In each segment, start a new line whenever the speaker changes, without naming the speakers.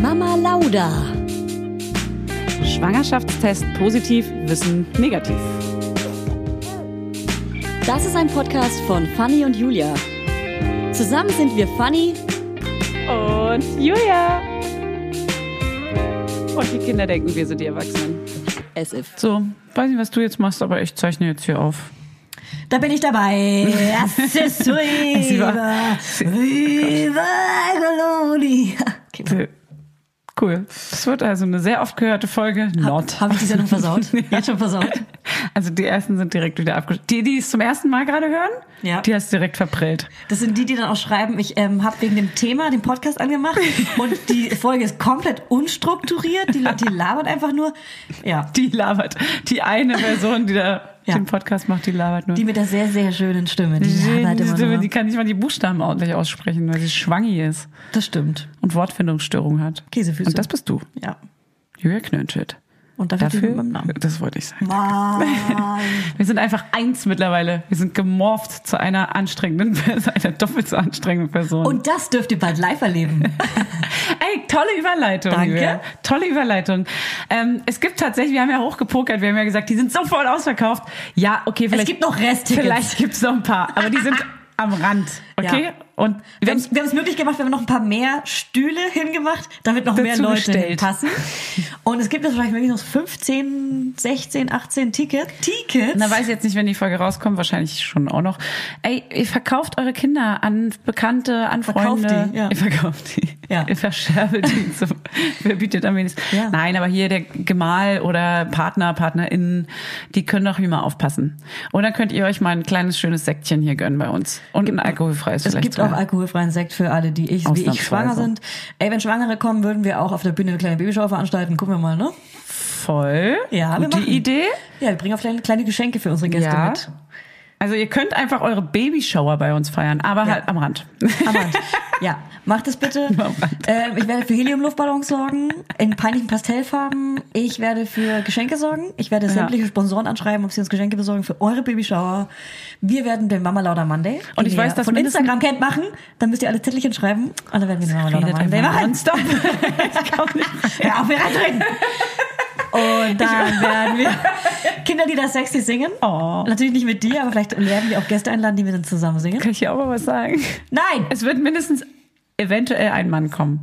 Mama Lauda.
Schwangerschaftstest positiv, Wissen negativ.
Das ist ein Podcast von Fanny und Julia. Zusammen sind wir Fanny
Und Julia! Und die Kinder denken, wir sind die Erwachsenen.
as if.
So, weiß nicht, was du jetzt machst, aber ich zeichne jetzt hier auf.
Da bin ich dabei. Das ist Viva. Viva Coloni. Okay.
Cool. Das wird also eine sehr oft gehörte Folge. Not.
Habe ich die Sendung versaut? Jetzt schon versaut?
Also die ersten sind direkt wieder abgeschlossen. Die, die es zum ersten Mal gerade hören,
Ja.
die hast du direkt verprellt.
Das sind die, die dann auch schreiben, ich ähm, habe wegen dem Thema den Podcast angemacht und die Folge ist komplett unstrukturiert. Die Leute die labern einfach nur. Ja,
Die labert. Die eine Person, die da
Ja.
den Podcast macht, die labert nur.
die mit der sehr, sehr schönen Stimme. Die labert
die,
immer
Stimme,
nur.
die kann nicht mal die Buchstaben ordentlich aussprechen, weil sie schwangi ist
Das stimmt.
und Wortfindungsstörung hat.
Käsefüße.
Und das bist du,
Ja.
Julia Knönschit.
Und dafür,
Dafür,
dafür? beim Namen.
das wollte ich sagen.
Mann.
Wir sind einfach eins mittlerweile. Wir sind gemorpht zu einer anstrengenden, Person, einer doppelt so anstrengenden Person.
Und das dürft ihr bald live erleben.
Ey, tolle Überleitung.
Danke.
Julia. Tolle Überleitung. Ähm, es gibt tatsächlich, wir haben ja hochgepokert, wir haben ja gesagt, die sind sofort ausverkauft. Ja, okay, vielleicht.
Es gibt noch Resttickets.
Vielleicht gibt's noch ein paar, aber die sind am Rand. Okay?
Ja.
Und
Wir
wenn
haben es möglich gemacht, wir haben noch ein paar mehr Stühle hingemacht, damit noch mehr
Dazu
Leute
gestellt.
passen. Und es gibt jetzt wahrscheinlich wirklich noch 15, 16, 18 Ticket, Tickets.
Na, weiß ich jetzt nicht, wenn die Folge rauskommt, wahrscheinlich schon auch noch. Ey, ihr verkauft eure Kinder an Bekannte, an
Verkauft
Freunde.
die, ja.
Ihr verkauft die.
Ja.
Ihr verscherbelt die. Zum, wer bietet am wenigsten?
Ja.
Nein, aber hier der Gemahl oder Partner, PartnerInnen, die können doch hier mal aufpassen. Und dann könnt ihr euch mal ein kleines, schönes Säckchen hier gönnen bei uns. Und ein alkoholfreies
es
vielleicht
gibt auch
sogar.
alkoholfreien Sekt für alle, die ich, wie ich
Ausnahmsweise.
schwanger sind. Ey, wenn Schwangere kommen, würden wir auch auf der Bühne eine kleine Babyshow veranstalten. Gucken wir mal, ne?
Voll.
Ja, wir
Gute
machen.
Idee.
Ja, wir bringen auch kleine, kleine Geschenke für unsere Gäste
Ja.
mit.
Also ihr könnt einfach eure Babyshower bei uns feiern, aber halt am Rand.
Aber ja, macht es bitte. Ähm, ich werde für Helium-Luftballons sorgen, in peinlichen Pastellfarben. Ich werde für Geschenke sorgen. Ich werde sämtliche Sponsoren anschreiben, ob sie uns Geschenke besorgen für eure Babyshower. Wir werden den Mama Lauda Monday, den
Und ich
ihr
weiß, dass
von
mindestens-
Instagram kennt, machen. Dann müsst ihr alle Zettelchen schreiben und dann werden wir den Mama Lauda
Redet
Monday
einfach
machen.
nonstop. ich komm nicht mehr.
Ja, auf mir reinreden. Und dann werden wir Kinder, die das sexy singen.
Oh.
Natürlich nicht mit dir, aber vielleicht werden wir auch Gäste einladen, die wir dann zusammen singen.
Kann ich hier auch mal was sagen?
Nein!
Es wird mindestens eventuell ein Mann kommen.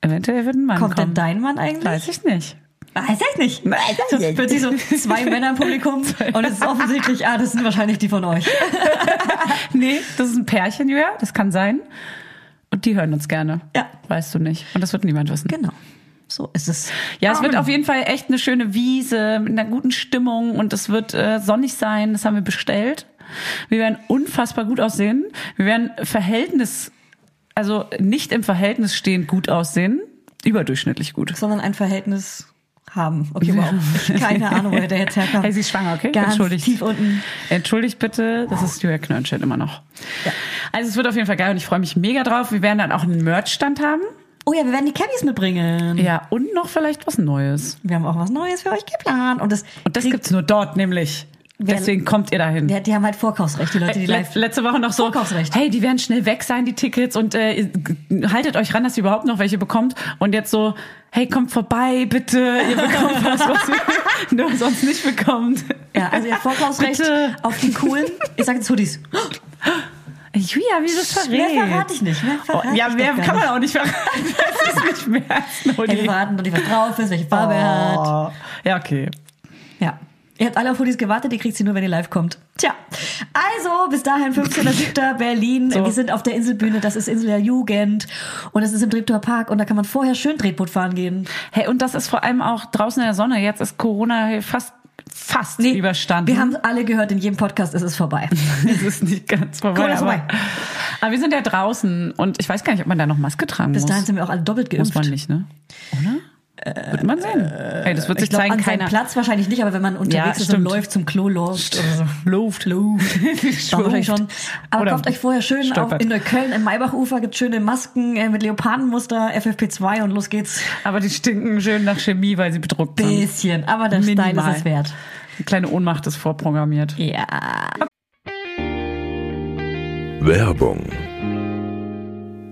Eventuell wird ein Mann
Kommt denn
kommen.
dein Mann eigentlich?
Weiß ich nicht.
Weiß ich nicht. Es sind plötzlich so zwei Männer im Publikum und es ist offensichtlich, ah, das sind wahrscheinlich die von euch.
Nee, das ist ein Pärchen, ja, das kann sein. Und die hören uns gerne.
Ja.
Weißt du nicht. Und das wird niemand wissen.
Genau. So ist es.
Ja, es wird
Genau.
auf jeden Fall echt eine schöne Wiese mit einer guten Stimmung und es wird äh, sonnig sein. Das haben wir bestellt. Wir werden unfassbar gut aussehen. Wir werden Verhältnis, also nicht im Verhältnis stehend gut aussehen. Überdurchschnittlich gut.
Sondern ein Verhältnis haben. Okay, wow. Keine Ahnung, woher der jetzt herkommt.
Hey, sie ist schwanger, okay?
Ganz
Entschuldigt.
tief unten.
Entschuldigt bitte, das ist Julia Knörnschild immer noch. Also es wird auf jeden Fall geil und ich freue mich mega drauf. Wir werden dann auch einen Merch-Stand haben.
Oh ja, wir werden die Cabbies mitbringen.
Ja, und noch vielleicht was Neues.
Wir haben auch was Neues für euch geplant. Und das,
Und das
kriegt-
gibt's nur dort nämlich.
Wer-
Deswegen kommt ihr dahin.
Ja, die haben halt Vorkaufsrecht, die Leute, die
Let-
live.
letzte Woche noch so,
Vorkaufsrecht.
hey, die werden schnell weg sein, die Tickets und äh, g- haltet euch ran, dass ihr überhaupt noch welche bekommt. Und jetzt so, hey, kommt vorbei, bitte, ihr bekommt was, was ihr nur sonst nicht bekommt.
Ja, also ihr habt Vorkaufsrecht
Bitte.
auf die coolen, ich sag jetzt Hoodies.
Julia, wie du das
Mehr
verrätst.
verrate ich nicht. Mehr
Oh,
verrate
ja,
ich
mehr
doch gar
kann
nicht.
man auch nicht verraten. Das ist nicht mehr als ein
Hey, wir
Hoodie.
verraten doch nicht, was drauf ist, welche Farbe er hat.
Oh. Ja, okay.
Ja. Ihr habt alle auf Hoodies gewartet, ihr kriegt sie nur, wenn ihr live kommt. Tja, also bis dahin 15.07. Berlin. Wir sind auf der Inselbühne, das ist Insel der Jugend und das ist im Treptower Park und da kann man vorher schön Tretboot fahren gehen.
Hey, und das ist vor allem auch draußen in der Sonne. Jetzt ist Corona fast, fast überstanden.
Wir haben alle gehört, in jedem Podcast ist es vorbei.
es ist nicht ganz vorbei.
Corona ist
aber,
vorbei.
aber wir sind ja draußen und ich weiß gar nicht, ob man da noch Maske tragen
Bis
muss.
dahin sind wir auch alle doppelt
muss
geimpft. Äh,
man nicht, ne? Oder? Wird man sehen. Hey, das wird sich
ich glaube,
zeigen,
an seinem
keiner.
Platz wahrscheinlich nicht, aber wenn man unterwegs ist und
stimmt.
läuft, zum Klo läuft oder so.
Luft, Luft.
War wahrscheinlich schon. Aber
Oder
kauft euch vorher schön auf,
stolpert.
in Neukölln, im Maybach-Ufer gibt's schöne Masken äh, mit Leopardenmuster, FFP2 und los geht's.
Aber die stinken schön nach Chemie, weil sie bedruckt sind.
Bisschen, aber der Stein
Minimal.
ist es wert.
Die kleine Ohnmacht ist vorprogrammiert.
Ja.
Werbung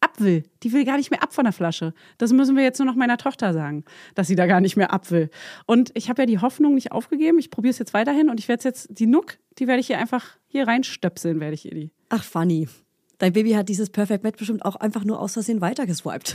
ab will. Die will gar nicht mehr ab von der Flasche. Das müssen wir jetzt nur noch meiner Tochter sagen, dass sie da gar nicht mehr ab will. Und ich habe ja die Hoffnung nicht aufgegeben. Ich probiere es jetzt weiterhin und ich werde jetzt die Nuck, die werde ich hier einfach hier reinstöpseln, werde ich ihr die.
Ach, funny. Dein Baby hat dieses Perfect Match bestimmt auch einfach nur aus Versehen weitergeswiped.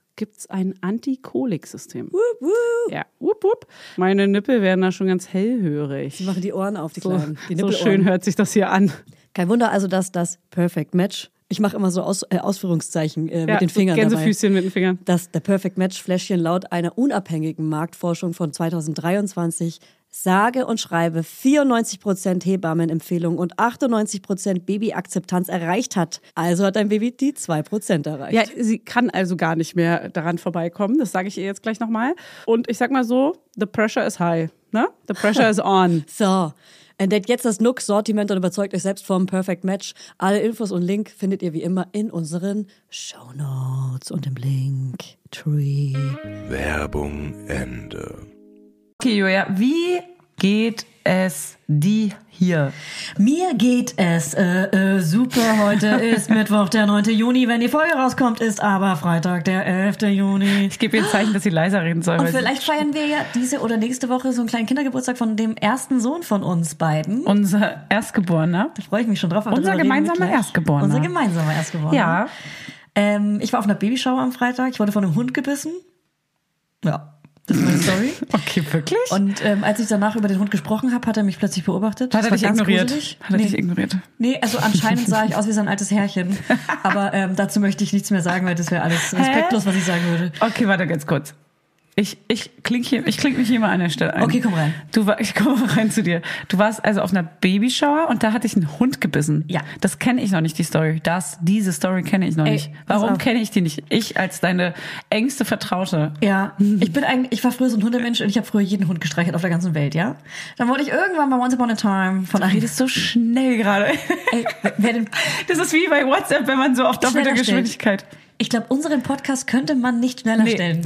gibt es ein Antikoliksystem.
Wup, wup.
Ja, wupp, wupp. Meine Nippel werden da schon ganz hellhörig.
Die machen die Ohren auf, die
So,
Kleinen. Die
so
Nippelohren.
schön hört sich das hier an.
Kein Wunder also, dass das Perfect Match, ich mache immer so Aus, äh, Ausführungszeichen äh,
Ja,
mit den
so
Fingern dabei,
Gänsefüßchen mit den Fingern.
dass der Perfect Match Fläschchen laut einer unabhängigen Marktforschung von 2023 sage und schreibe 94% Hebammenempfehlung und 98% Babyakzeptanz erreicht hat. Also hat dein Baby die 2% erreicht.
Ja, sie kann also gar nicht mehr daran vorbeikommen. Das sage ich ihr jetzt gleich nochmal. Und ich sag mal so, the pressure is high. Ne? The pressure is on.
So, entdeckt jetzt das Nook-Sortiment und überzeugt euch selbst vom Perfect Match. Alle Infos und Link findet ihr wie immer in unseren Show Notes und im Link Tree.
Werbung Ende.
Okay, Julia, wie geht es dir hier?
Mir geht es äh, äh, super. Heute ist Mittwoch, der 9. Juni. Wenn die Folge rauskommt, ist aber Freitag, der 11. Juni.
Ich gebe ihr ein Zeichen, dass sie leiser reden soll.
Und
weil sie-
vielleicht feiern wir ja diese oder nächste Woche so einen kleinen Kindergeburtstag von dem ersten Sohn von uns beiden.
unser Erstgeborener.
Da freue ich mich schon drauf. aber
Unser
darüber reden wir
gemeinsamer
gleich.
Erstgeborener.
Unser gemeinsamer Erstgeborener.
Ja.
Ähm, ich war auf einer Babyshow am Freitag. Ich wurde von einem Hund gebissen. Ja, das ist meine Story.
Okay, wirklich?
Und ähm, als ich danach über den Hund gesprochen habe, hat er mich plötzlich beobachtet.
hat
Das
er
war
dich
ganz
ignoriert?
gruselig.
Hat er
nee.
dich ignoriert?
nee, also anscheinend sah ich aus wie so ein altes Herrchen. Aber ähm, dazu möchte ich nichts mehr sagen, weil das wäre alles respektlos, was ich sagen würde.
Okay, warte ganz kurz. Ich, ich kling hier, ich kling mich hier mal an der Stelle ein.
Okay, komm rein.
Du war, ich komme rein zu dir. Du warst also auf einer Babyshower und da hat dich ein Hund gebissen.
Ja.
Das kenne ich noch nicht, die Story. Das, diese Story kenne ich noch
Ey,
nicht.
pass
Warum
auf.
kenne ich die nicht? Ich als deine engste Vertraute.
Ja, ich bin eigentlich, ich war früher so ein Hundemensch und ich habe früher jeden Hund gestreichelt auf der ganzen Welt, ja. Dann wurde ich irgendwann mal Once Upon a Time von
Du
einem.
redest so schnell gerade.
Ey, wer denn,
Das ist wie bei WhatsApp, wenn man so auf doppelter
Schneller stellt.
Geschwindigkeit.
ich glaube, unseren Podcast könnte man nicht schneller stellen.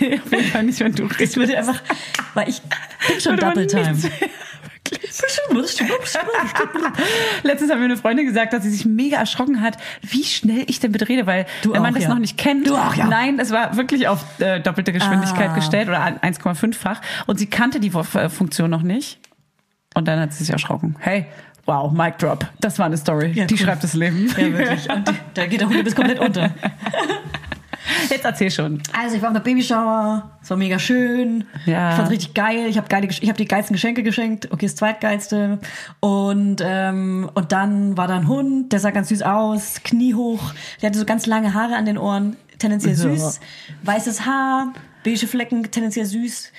nee, auf jeden Fall nicht, wenn du redest.
Ich würde einfach, weil ich bin schon
Würde man
Double Time.
nichts- Letztens hat mir eine Freundin gesagt, dass sie sich mega erschrocken hat, wie schnell ich damit rede, weil
Du
wenn man
auch,
das
ja.
noch nicht kennt,
Du auch, ja.
nein, es war wirklich auf äh, doppelte Geschwindigkeit
Ah.
gestellt oder an 1,5-fach und sie kannte die Wo- äh, Funktion noch nicht und dann hat sie sich erschrocken. Hey, wow, Mic Drop, das war eine Story,
Ja,
die
cool.
schreibt das Leben.
Ja, wirklich. Und da geht der Hund bis komplett unter.
Jetzt erzähl schon.
Also ich war auf einer Babyshower, es war mega schön.
Ja.
Ich fand's richtig geil. Ich habe geile, Gesch- ich habe die geilsten Geschenke geschenkt. Okay, das zweitgeilste. Und ähm, und dann war da ein Hund, der sah ganz süß aus, Knie hoch. Der hatte so ganz lange Haare an den Ohren, tendenziell
Ja.
süß, weißes Haar, beige Flecken, tendenziell süß.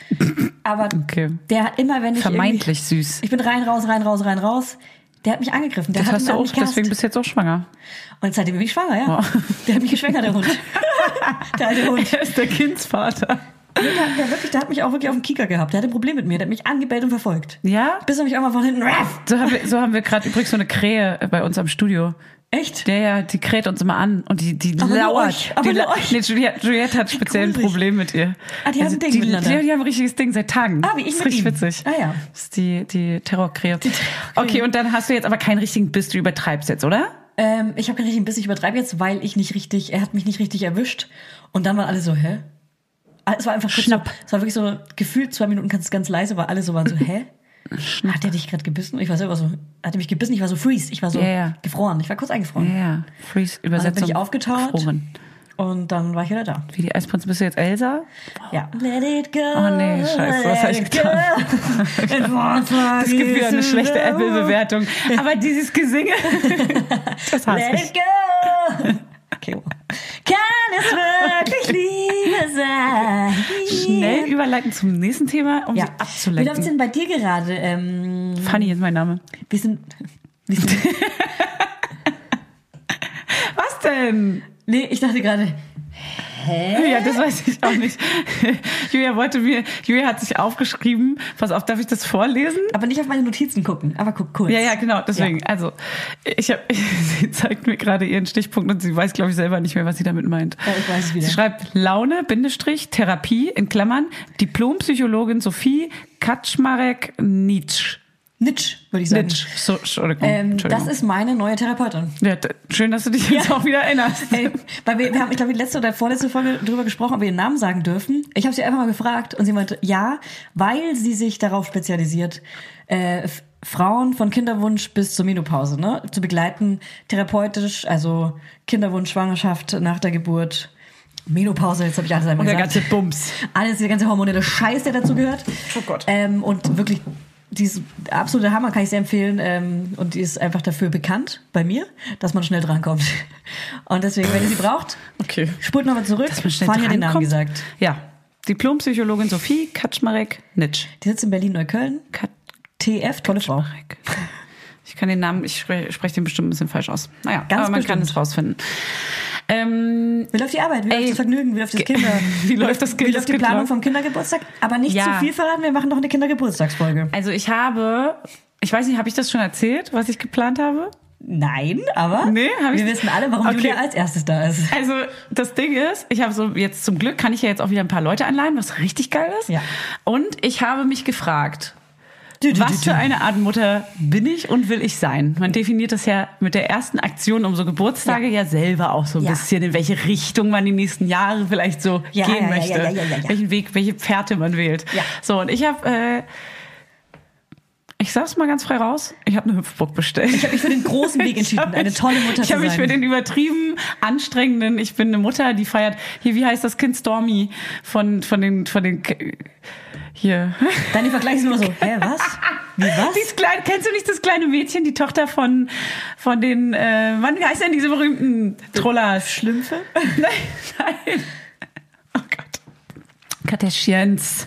Aber
Okay.
der hat immer, wenn ich
Vermeintlich
irgendwie-
süß.
ich bin rein raus, rein raus, rein raus. Der hat mich angegriffen. Der
Das
hat
hast
mich
du auch,
angegast.
deswegen bist du jetzt auch schwanger.
Und seitdem bin ich schwanger, ja. Der hat mich geschwängert, der Hund. der alte Hund.
Er ist der Kindsvater.
Nee, der, der, wirklich, der hat mich auch wirklich auf dem Kieker gehabt. Der hatte ein Problem mit mir. Der hat mich angebellt und verfolgt.
Ja?
Bis er mich einmal von hinten. Raff!
So haben wir, so haben wir gerade übrigens so eine Krähe bei uns am Studio.
Echt?
Ja, ja, die kräht uns immer an und die, die
Aber nur
lauert.
euch, aber
die
nur
la-
euch.
Nee, Juliette, Juliette hat speziell ein
gruselig.
Problem mit ihr. Also
Ah, die haben ein Ding
die,
miteinander.
die haben ein richtiges Ding seit Tagen.
Ah, wie ich
ist
mit
richtig
ihm.
witzig.
Ah, ja.
Das ist die, die Terrorkrähe. Okay, und dann hast du jetzt aber keinen richtigen Biss, du übertreibst jetzt, oder?
Ähm, ich habe gedacht, ein bisschen übertreibe jetzt, weil ich nicht richtig, er hat mich nicht richtig erwischt. Und dann waren alle so, hä? Ah, Es war einfach kurz
Schnapp.
So, es war wirklich so gefühlt zwei Minuten ganz, ganz leise, weil alle so waren so, hä? Hat er dich gerade gebissen? Ich war selber so, hat er mich gebissen? Ich war so freeze. Ich war so
Ja, ja.
gefroren. Ich war kurz eingefroren.
Ja, ja. Freeze,
Und dann
Übersetzung.
bin ich aufgetaut.
Gefroren.
Und dann war ich wieder da.
Wie die Eisprinzessin, bist du jetzt Elsa?
Ja. Let it go.
Oh nee, scheiße, was hab ich
getan?
Es gibt wieder eine schlechte Apple-Bewertung. Aber dieses Gesinge, das hasse
Let
ich.
it go. Okay. wow. Kann es wirklich Liebe sein?
Schnell überleiten zum nächsten Thema, um
Ja.
sie
Wie läuft's
abzulenken.
denn bei dir gerade? Ähm,
Fanny ist mein Name.
wir sind, wir sind
Was denn?
Nee, ich dachte gerade,
Ja, das weiß ich auch nicht. Julia wollte mir, Julia hat sich aufgeschrieben. Pass auf, darf ich das vorlesen?
aber nicht auf meine Notizen gucken, aber guck kurz.
Ja, ja, genau. Deswegen,
Ja.
also, ich hab, sie zeigt mir gerade ihren Stichpunkt und sie weiß, glaube ich, selber nicht mehr, was sie damit meint.
Ja, ich weiß es wieder.
Sie schreibt Laune, Bindestrich, Therapie, in Klammern, Diplompsychologin Sophie Kaczmarek Nitsch.
Nitsch, würde ich sagen.
Nitsch. So, Entschuldigung.
Ähm, das
Entschuldigung.
ist meine neue Therapeutin.
ja, d- schön, dass du dich jetzt auch wieder erinnerst.
Ey, weil wir, wir haben, ich glaube, die letzte oder vorletzte Folge drüber gesprochen, ob wir den Namen sagen dürfen. Ich habe sie einfach mal gefragt und sie meinte, ja, weil sie sich darauf spezialisiert, äh, F- Frauen von Kinderwunsch bis zur Menopause ne, zu begleiten, therapeutisch, also Kinderwunsch, Schwangerschaft nach der Geburt, Menopause, jetzt habe ich alles einmal
Der
gesagt.
ganze Bums.
alles, der ganze hormonelle Scheiß, der dazu gehört.
Oh Gott.
Ähm, und wirklich, die ist absolute Hammer, kann ich sehr empfehlen. Ähm, und die ist einfach dafür bekannt, bei mir, dass man schnell drankommt. Und deswegen, wenn ihr sie braucht,
Okay.
spult nochmal zurück.
Dass man schnell
Fanny hat den Namen
drankommt.
gesagt.
Ja. Diplompsychologin Sophie Kaczmarek Nitsch.
Die sitzt in Berlin-Neukölln.
Kat
TF, tolle Frau.
Marek. Ich kann den Namen, ich spreche, spreche den bestimmt ein bisschen falsch aus. Naja,
Ganz
aber man
bestimmt.
kann es rausfinden. Ähm,
Wie läuft die Arbeit? Wie
Ey.
läuft das Vergnügen? Wie läuft das Kinder?
Wie läuft das Kind-
Wie
das
läuft die
Kind
Planung
läuft?
vom Kindergeburtstag? Aber nicht
Ja.
zu viel verraten, wir machen noch eine Kindergeburtstagsfolge.
also ich habe, ich weiß nicht, habe ich das schon erzählt, was ich geplant habe?
Nein, aber
Nee, hab ich
wir
nicht.
wissen alle, warum
Okay.
Julia als erstes da ist.
Also das Ding ist, ich habe so jetzt zum Glück kann ich ja jetzt auch wieder ein paar Leute anleihen, was richtig geil ist.
Ja.
Und ich habe mich gefragt,
Du, du,
was
du,
für
du.
eine Art Mutter bin ich und will ich sein? Man definiert das ja mit der ersten Aktion um so Geburtstage ja, selber auch so ein
Ja.
bisschen, in welche Richtung man die nächsten Jahre vielleicht so
Ja,
gehen
ja, ja,
möchte,
ja, ja, ja, ja.
welchen Weg, welche Pferde man wählt.
Ja.
So und ich habe, äh, ich sag's mal ganz frei raus, ich habe eine Hüpfburg bestellt.
Ich habe mich für den großen Weg entschieden,
Ich hab
eine
mich-
tolle Mutter
Ich
zu
habe mich
sein.
für den übertrieben anstrengenden, ich bin eine Mutter, die feiert, hier, wie heißt das Kind Stormy von, von den, von den, K- hier.
Deine Vergleiche sind immer so, hä, was? Wie was?
Dieses kleine, kennst du nicht das kleine Mädchen, die Tochter von, von den, äh, wann, wie heißt denn diese berühmten Trollers? Schlümpfe? Nein, nein. Oh Gott. Kardashians.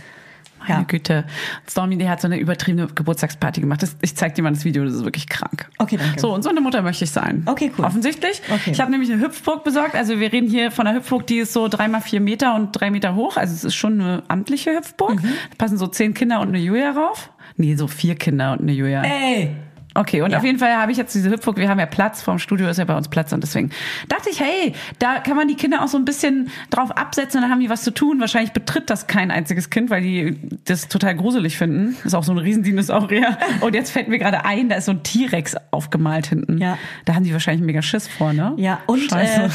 Meine
Ja.
Güte. Stormy, die hat so eine übertriebene Geburtstagsparty gemacht. Das, ich zeig dir mal das Video, das ist wirklich krank.
Okay, danke.
So, und so eine Mutter möchte ich sein.
Okay, cool.
Offensichtlich.
Okay.
Ich habe nämlich eine Hüpfburg besorgt. Also wir reden hier von einer Hüpfburg, die ist so drei mal vier Meter und drei Meter hoch. Also es ist schon eine amtliche Hüpfburg. Da passen so zehn Kinder und eine Julia rauf. Nee, so vier Kinder und eine Julia.
Ey,
Okay, und
Ja.
auf jeden Fall habe ich jetzt diese Hüpfburg, wir haben ja Platz, vorm Studio ist ja bei uns Platz und deswegen dachte ich, hey, da kann man die Kinder auch so ein bisschen drauf absetzen und dann haben die was zu tun. Wahrscheinlich betritt das kein einziges Kind, weil die das total gruselig finden. Ist auch so ein Riesendinosaurier. Und jetzt fällt mir gerade ein, da ist so ein T-Rex aufgemalt hinten.
Ja.
Da haben die wahrscheinlich mega Schiss vor, ne?
ja, und äh,
Scheiße.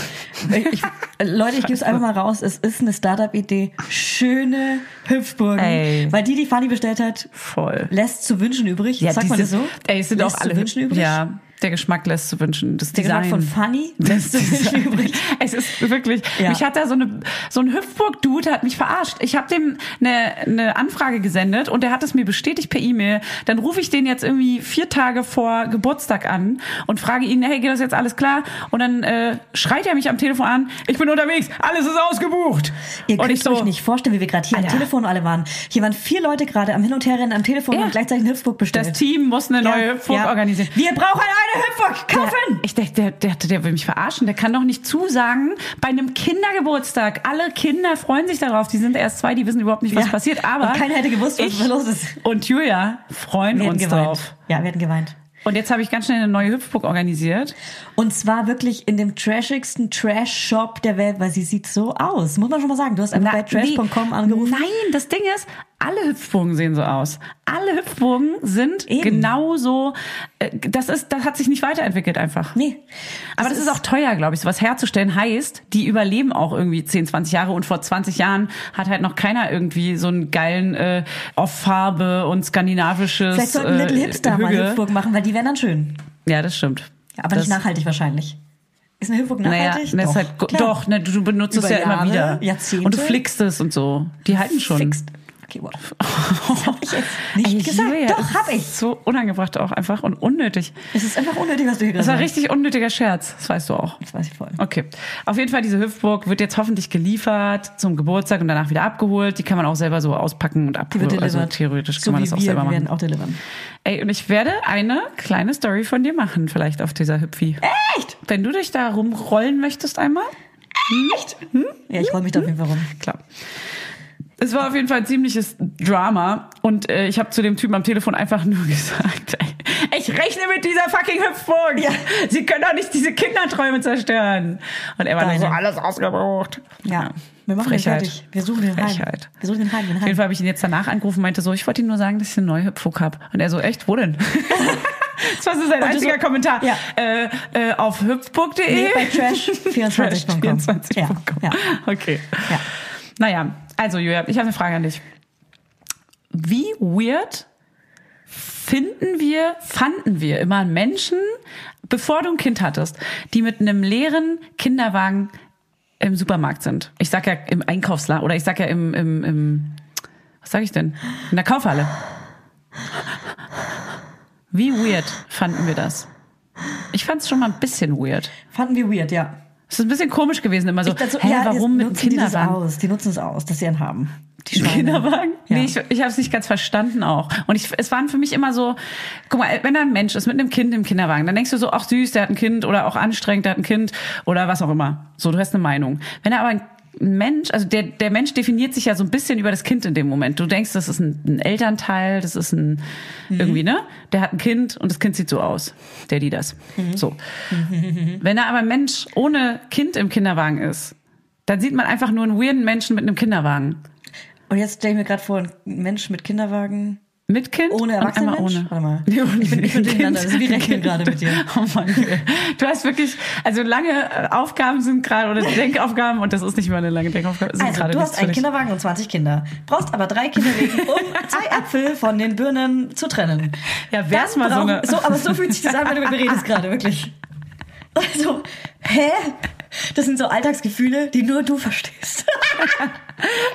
ich, Leute, ich gebe es einfach mal raus, es ist eine Startup-Idee. Schöne Hüpfburgen.
Ey.
Weil die, die Fanny bestellt hat,
Voll.
lässt zu wünschen übrig.
Ja,
Sagt man das
diese-
so?
Ey, es sind auch
lässt
alle
zu wünschen übrig.
Ja, der Geschmack lässt zu wünschen. Das
Der Geschmack
Design.
von Fanny lässt zu wünschen übrig.
Es ist wirklich,
Ja.
mich hat da so, eine, so ein Hüpfburg-Dude hat mich verarscht. Ich habe dem eine, eine Anfrage gesendet und der hat es mir bestätigt per E-Mail. Dann rufe ich den jetzt irgendwie vier Tage vor Geburtstag an und frage ihn, hey, geht das jetzt alles klar? Und dann äh, schreit er mich am Telefon an, ich bin unterwegs, alles ist ausgebucht.
Ihr
und
könnt
ich so,
euch nicht vorstellen, wie wir gerade hier am
Alter.
Telefon alle waren. Hier waren vier Leute gerade am Hin- und Herrennen am Telefon
Ja.
und gleichzeitig eine Hüpfburg bestellt.
das Team muss eine neue
Ja,
Hüpfburg
ja.
organisieren.
Wir brauchen eine Hüpfburg. Kaufen!
Ja, ich dachte, der, der, der will mich verarschen. Der kann doch nicht zusagen bei einem Kindergeburtstag. Alle Kinder freuen sich darauf. Die sind erst zwei, die wissen überhaupt nicht, was
Ja.
passiert. Aber
Und keiner hätte gewusst, was
ich
los ist.
Und Julia freuen
Wir hätten
uns
geweint.
drauf.
Ja, wir hätten geweint.
Und jetzt habe ich ganz schnell eine neue Hüpfburg organisiert.
Und zwar wirklich in dem trashigsten Trash-Shop der Welt, weil sie sieht so aus. Muss man schon mal sagen. Du hast einfach bei
nee,
trash.com angerufen.
Nein, das Ding ist, Alle Hüpfburgen sehen so aus. Alle Hüpfburgen sind
Eben.
genauso. äh, Das ist, das hat sich nicht weiterentwickelt einfach.
Nee.
Aber
Also
das, ist, auch teuer, glaube ich. Sowas herzustellen heißt, die überleben auch irgendwie 10, 20 Jahre und vor 20 Jahren hat halt noch keiner irgendwie so einen geilen äh, Off-Farbe und skandinavisches.
Vielleicht sollten Little
äh,
Hipster mal
Hüge.
Hüpfburg machen, weil die wären dann schön.
Ja, das stimmt.
Ja, Aber
das,
nicht nachhaltig wahrscheinlich. Ist eine Hüpfburg
Naja,
nachhaltig?
das doch, halt,
klar.
doch ne, du du benutzt es
Über
ja immer
Jahre,
wieder.
Jahrzehnte.
Und du flickst es und so. Die halten schon.
Fixt. Okay, wow. Das hab ich jetzt nicht
Ey,
gesagt.
Julia,
Doch,
das
hab ich.
ist So unangebracht auch einfach und unnötig.
Es ist einfach unnötig, was du hier
Das
gesagt
war
hast.
richtig unnötiger Scherz, das weißt du auch.
Das weiß ich voll.
Okay. Auf jeden Fall, diese Hüpfburg wird jetzt hoffentlich geliefert zum Geburtstag und danach wieder abgeholt. Die kann man auch selber so auspacken und
Die
abholen.
wird delivered.
Also theoretisch
so
kann man
wie
das auch
wir,
selber
wir werden
machen.
auch delivern.
Ey, und ich werde eine kleine Story von dir machen, vielleicht auf dieser Hüpfi. Echt? Wenn du dich da rumrollen möchtest einmal. Hm?
Ja, ich freue mich da auf jeden Fall rum.
Klar. Es war auf jeden Fall ein ziemliches Drama und äh, ich habe zu dem Typen am Telefon einfach nur gesagt, ey, ich rechne mit dieser fucking Hüpfburg.
Ja.
Sie können doch nicht diese Kinderträume zerstören. Und er war nur
Deine.
so alles ausgebucht.
Ja. Wir
Genau.
machen
Frechheit.
den fertig. Wir suchen den Heim.
Frechheit.
Wir suchen den Heim, den
Auf jeden
Heim.
Fall habe ich ihn jetzt danach angerufen meinte so, ich wollte ihm nur sagen, dass ich eine neue Hüpfburg habe. Und er so, echt, wo denn? das war so sein
du so-
einziger Kommentar.
Ja.
Äh, äh, auf hüpfburg.de.
Nee, bei trash24.com.
Trash24.com.
Ja, ja.
Okay.
Ja.
Naja, also Julia, ich habe eine Frage an dich. Wie weird finden wir, fanden wir immer Menschen, bevor du ein Kind hattest, die mit einem leeren Kinderwagen im Supermarkt sind? Ich sag ja im Einkaufsla oder ich sag ja im, im, im was sag ich denn? In der Kaufhalle. Wie weird fanden wir das? Ich fand es schon mal ein bisschen weird.
Fanden wir weird, ja.
Es ist ein bisschen komisch gewesen, immer so,
Ich dazu-
hä,
ja,
warum mit
jetzt
dem
nutzen die das
Kinderwagen?
aus? Die nutzen es aus, dass sie einen haben. Die Schweine.
Kinderwagen?
Ja.
Nee, ich, ich habe es nicht ganz verstanden auch. Und ich, es waren für mich immer so, guck mal, wenn da ein Mensch ist mit einem Kind im Kinderwagen, dann denkst du so, ach süß, der hat ein Kind oder auch anstrengend, der hat ein Kind oder was auch immer. So, du hast eine Meinung. Wenn er aber ein Mensch, also der, der Mensch definiert sich ja so ein bisschen über das Kind in dem Moment. Du denkst, das ist ein, ein Elternteil, das ist ein irgendwie, ne? Der hat ein Kind und das Kind sieht so aus. Der, die das. So. Wenn da aber ein Mensch ohne Kind im Kinderwagen ist, dann sieht man einfach nur einen weirden Menschen mit einem Kinderwagen.
Und jetzt stelle ich mir gerade vor, ein Mensch mit Kinderwagen.
Mit Kind?
Ohne
und einmal
Erwachsenenmensch?
ohne.
Warte mal.
Nee, ohne
Ich bin- ich bin
Kind.
durcheinander. Also wir rechnen
Kind.
gerade mit dir.
Oh Mann. ey. Du hast wirklich, also lange äh, Aufgaben sind gerade, oder Denkaufgaben, und das ist nicht mal eine lange Denkaufgabe. Sind
Also,
gerade
du
nichts
hast
für
einen
dich.
Kinderwagen und 20 Kinder. Brauchst aber drei Kinderwegen, um zwei Äpfel von den Birnen zu trennen.
Ja, wär's
Dann
mal so
brauchen-
eine-
so, aber so fühlt sich das an, wenn du mit mir redest gerade, wirklich. Also, hä? Das sind so Alltagsgefühle, die nur du verstehst.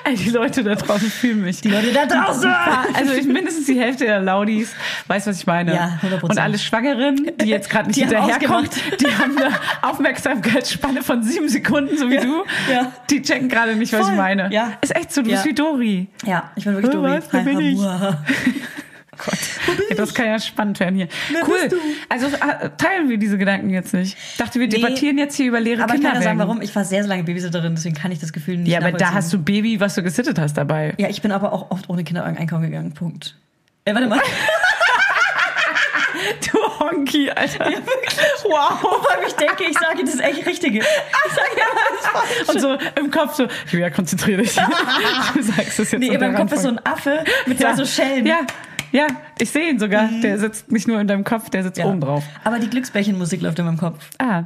Ey, die Leute da draußen fühlen mich.
Die Leute da draußen!
Also ich, mindestens die Hälfte der Laudis weiß, was ich meine.
Ja, 100%.
Und alle Schwangeren, die jetzt gerade nicht
Die haben
hinterherkommt,
ausgemacht.
die haben eine Aufmerksamkeitsspanne von sieben Sekunden, so wie
Ja,
du.
ja.
Die checken gerade nicht, was
Voll,
ich meine.
ja.
Ist echt so, du bist
Ja.
wie Dori.
Ja, ich bin wirklich
Oh,
Dori.
was? Wer
Hi,
bin ich?
Hamua.
Ey, das kann ja spannend werden hier.
Wer
cool.
bist du?
Also äh, teilen wir diese Gedanken jetzt nicht. Ich dachte, wir debattieren jetzt hier über leere
Aber ich kann ja
Kinderwagen.
sagen, warum. Ich war sehr, sehr lange Babysitterin, deswegen kann ich das Gefühl nicht
Ja, aber da
nachvollziehen.
hast du Baby, was du gesittet hast dabei.
Ja, ich bin aber auch oft ohne Kinderwagen einkaufen gegangen. Punkt. Äh, warte mal.
Du Honky, Alter. wow.
Vor allem, ich denke, ich sage das echt Richtige. Ich sage ja das Falsche.
Und so im Kopf so, Julia, konzentriere dich. Du sagst es jetzt.
Nee, in
unter
meinem Kopf ist so
Randfolge.
ein Affe mit zwei so Schellen.
Ja, ja, ich sehe ihn sogar. Der sitzt nicht nur in deinem Kopf, der sitzt
Ja.
oben drauf.
Aber die Glücksbärchenmusik läuft in meinem Kopf.
Ah.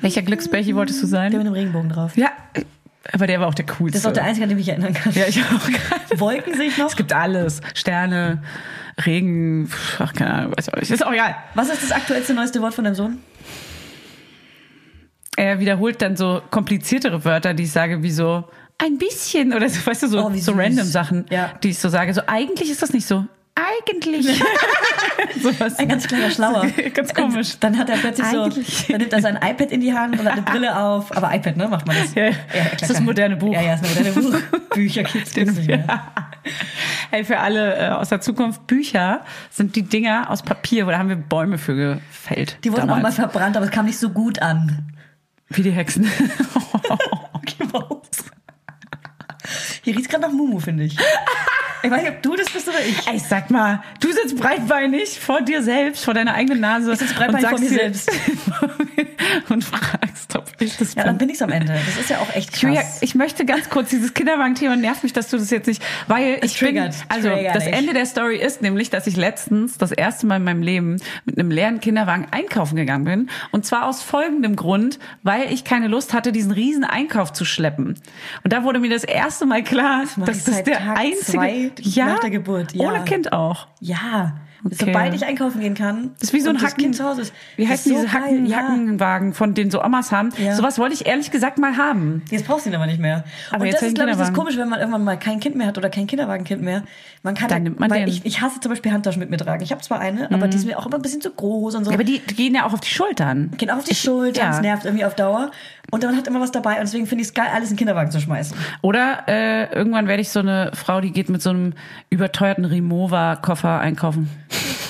Welcher Glücksbärchi wolltest du sein?
Mhm, Der mit dem Regenbogen drauf.
Ja, aber der war auch der coolste.
Das ist auch der einzige, an den ich mich erinnern kann.
ja, ich auch gerade.
Wolken sehe ich noch.
Es gibt alles. Sterne, Regen, pf, ach, keine Ahnung, weiß auch nicht. Ist auch egal.
Was ist das aktuellste, neueste Wort von deinem Sohn?
Er wiederholt dann so kompliziertere Wörter, die ich sage, wie so ein bisschen oder so, weißt du, so,
Oh, wie
so
süß.
random Sachen,
Ja.
die ich so sage. So, eigentlich ist das nicht so. Eigentlich. Sowas.
Ein ganz kleiner Schlauer.
Ganz komisch.
Dann hat er plötzlich
Eigentlich.
so, dann nimmt er sein iPad in die Hand und hat eine Brille auf. Aber iPad, ne, macht man das.
Ja, ja.
klar,
Das ist das
klar.
moderne Buch.
Ja, ja, das moderne Buch. Bücher gibt's gibt's nicht mehr.
Hey, für alle äh, aus der Zukunft, Bücher sind die Dinger aus Papier, wo da haben wir Bäume für gefällt.
Die wurden auch mal
damals.
verbrannt, aber es kam nicht so gut an.
Wie die Hexen.
Genau. Hier riecht's gerade nach Mumu, finde ich. Ich weiß nicht, ob du das bist oder ich.
Ey, sag mal, du sitzt breitbeinig vor dir selbst, vor deiner eigenen Nase.
Ich sitz breitbeinig
und
vor
sagst
mir
dir- und fragst, ob
ich das
Ja,
bin.
dann bin ich's am Ende. Das ist ja auch echt
Julia,
krass.
ich möchte ganz kurz dieses Kinderwagen-Thema nervt mich, dass du das jetzt nicht, weil ich bin,
triggert,
also
triggert
das
dich.
Ende der Story ist nämlich, dass ich letztens das erste Mal in meinem Leben mit einem leeren Kinderwagen einkaufen gegangen bin und zwar aus folgendem Grund, weil ich keine Lust hatte, diesen riesen Einkauf zu schleppen. Und da wurde mir das erste Mal klar,
mach
dass
ich
das
seit
der
Tag
einzige
zwei nach der Geburt, ja.
ohne Kind auch.
Ja.
Okay.
Sobald ich einkaufen gehen kann.
Das ist wie so ein
und das
Hacken.
Kind zu Hause ist.
Wie
das
heißen
ist so
diese Hacken,
geil, ja.
Hackenwagen, von denen so Omas haben?
Ja.
Sowas wollte ich ehrlich gesagt mal haben.
Jetzt brauchst du ihn aber nicht mehr.
Aber
und
jetzt
das
hab ich
ist, glaube ich, das
Kinderwagen.
Komische, wenn man irgendwann mal kein Kind mehr hat oder kein Kinderwagenkind mehr. Man kann
Dann nimmt man
weil
den.
Ich, ich hasse zum Beispiel Handtaschen mit mir tragen. Ich habe zwar eine, aber die ist mir auch immer ein bisschen zu groß und so.
Aber die, die gehen ja auch auf die Schultern.
Kind auf die Schulter,
ja.
das nervt irgendwie auf Dauer. Und man hat immer was dabei und deswegen finde ich es geil, alles in den Kinderwagen zu schmeißen.
Oder äh, irgendwann werde ich so eine Frau, die geht mit so einem überteuerten Rimowa-Koffer einkaufen.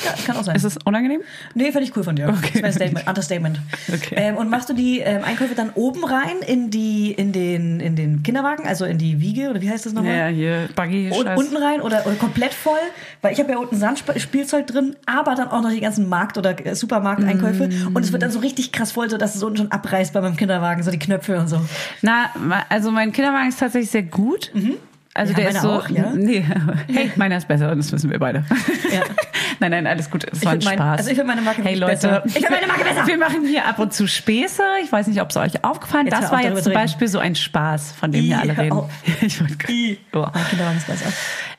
Ja, kann auch sein.
Ist das unangenehm?
nee, finde ich cool von dir.
Okay.
Das ist mein Statement, Understatement.
Okay.
Ähm, und machst du die ähm, Einkäufe dann oben rein in die, in den, in den Kinderwagen, also in die Wiege oder wie heißt das nochmal?
hier Buggy,
Und unten rein oder, oder komplett voll, weil ich habe ja unten Sandspielzeug drin, aber dann auch noch die ganzen Markt- oder äh, Supermarkteinkäufe.
Mm.
Und es wird dann so richtig krass voll, so dass es unten schon abreißt bei meinem Kinderwagen, so die Knöpfe und so.
Na, ma- also mein Kinderwagen ist tatsächlich sehr gut. Also
Mhm. Ja,
der ist so.
meiner auch, ja.
Nee, hey, meiner ist besser und das wissen wir beide.
Ja.
nein, nein, alles gut. Es
Ich
war ein
find mein-
Spaß.
also ich find meine Marke
Hey
wirklich
Leute,
besser. Ich find meine Marke besser.
Wir machen hier ab und zu Späße. Ich weiß nicht, ob es euch aufgefallen ist.
Jetzt
Das
hör
war
auf,
jetzt
darüber
zum
zu reden.
Beispiel so ein Spaß, von dem hier
Ih,
alle
hör
reden.
auf.
Ich wollte
Ih.
Boah.
Mein Kinderwagen ist besser.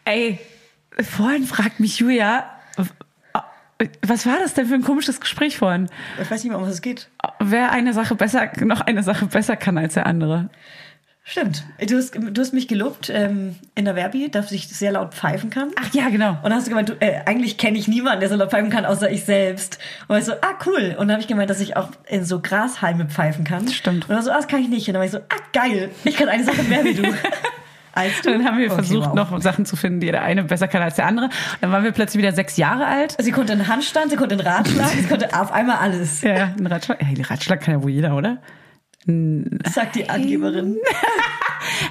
Ey, vorhin fragt mich Julia, was war das denn für ein komisches Gespräch vorhin?
Ich weiß nicht mehr, um was es geht.
Wer eine Sache besser, noch eine Sache besser kann als der andere.
Stimmt. Du hast, du hast mich gelobt ähm, in der Verbi, dass ich sehr laut pfeifen kann.
Ach ja, genau.
Und dann hast du gemeint, du, äh, eigentlich kenne ich niemanden, der so laut pfeifen kann, außer ich selbst. Und war ich so, ah, cool. Und dann habe ich gemeint, dass ich auch in so Grashalme pfeifen kann.
Stimmt.
Und dann so, ah, das kann ich nicht. Und dann war ich so, ah, geil. Ich kann eine Sache mehr wie du. Als du.
Dann haben wir
Okay,
versucht,
wow.
noch Sachen zu finden, die der eine besser kann als der andere. Dann waren wir plötzlich wieder sechs Jahre alt.
Sie konnte einen Handstand, sie konnte einen Ratschlag, sie konnte auf einmal alles,
Ja, ja, ein Ratschlag. Hey, Ratschlag kann ja wohl jeder, oder?
sagt die Angeberin.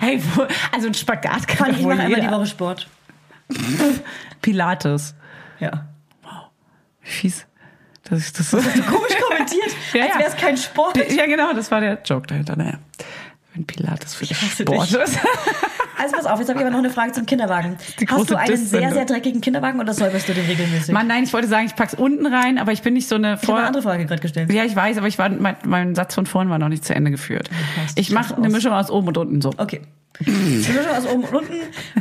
Hey, wo, also ein Spagat kann
Fand
ja
ich
wohl
mache einmal die
jeder.
Woche Sport.
Pilates.
Ja.
Fies. Das ist das. so-
Komisch kommentiert,
Ja,
als
ja.
wäre es kein Sport.
Ja, genau, das war der Joke dahinter. Naja. Wenn Pilates für dich
hasse
Sport
dich.
ist.
Also pass auf, jetzt habe ich aber noch eine Frage zum Kinderwagen.
die
Hast
große
du einen sehr,
Diss-Sendung.
sehr dreckigen Kinderwagen oder säuberst du den regelmäßig?
Mann, nein, ich wollte sagen, ich pack's unten rein, aber ich bin nicht so eine
ich habe
Vor
eine andere Frage gerade gestellt.
Ja, ich weiß, aber ich war mein, mein Satz von vorhin war noch nicht zu Ende geführt.
passt.
Ich mache
Passt
eine
aus.
Mischung aus oben und unten so.
Okay. Die Mischung aus oben und unten.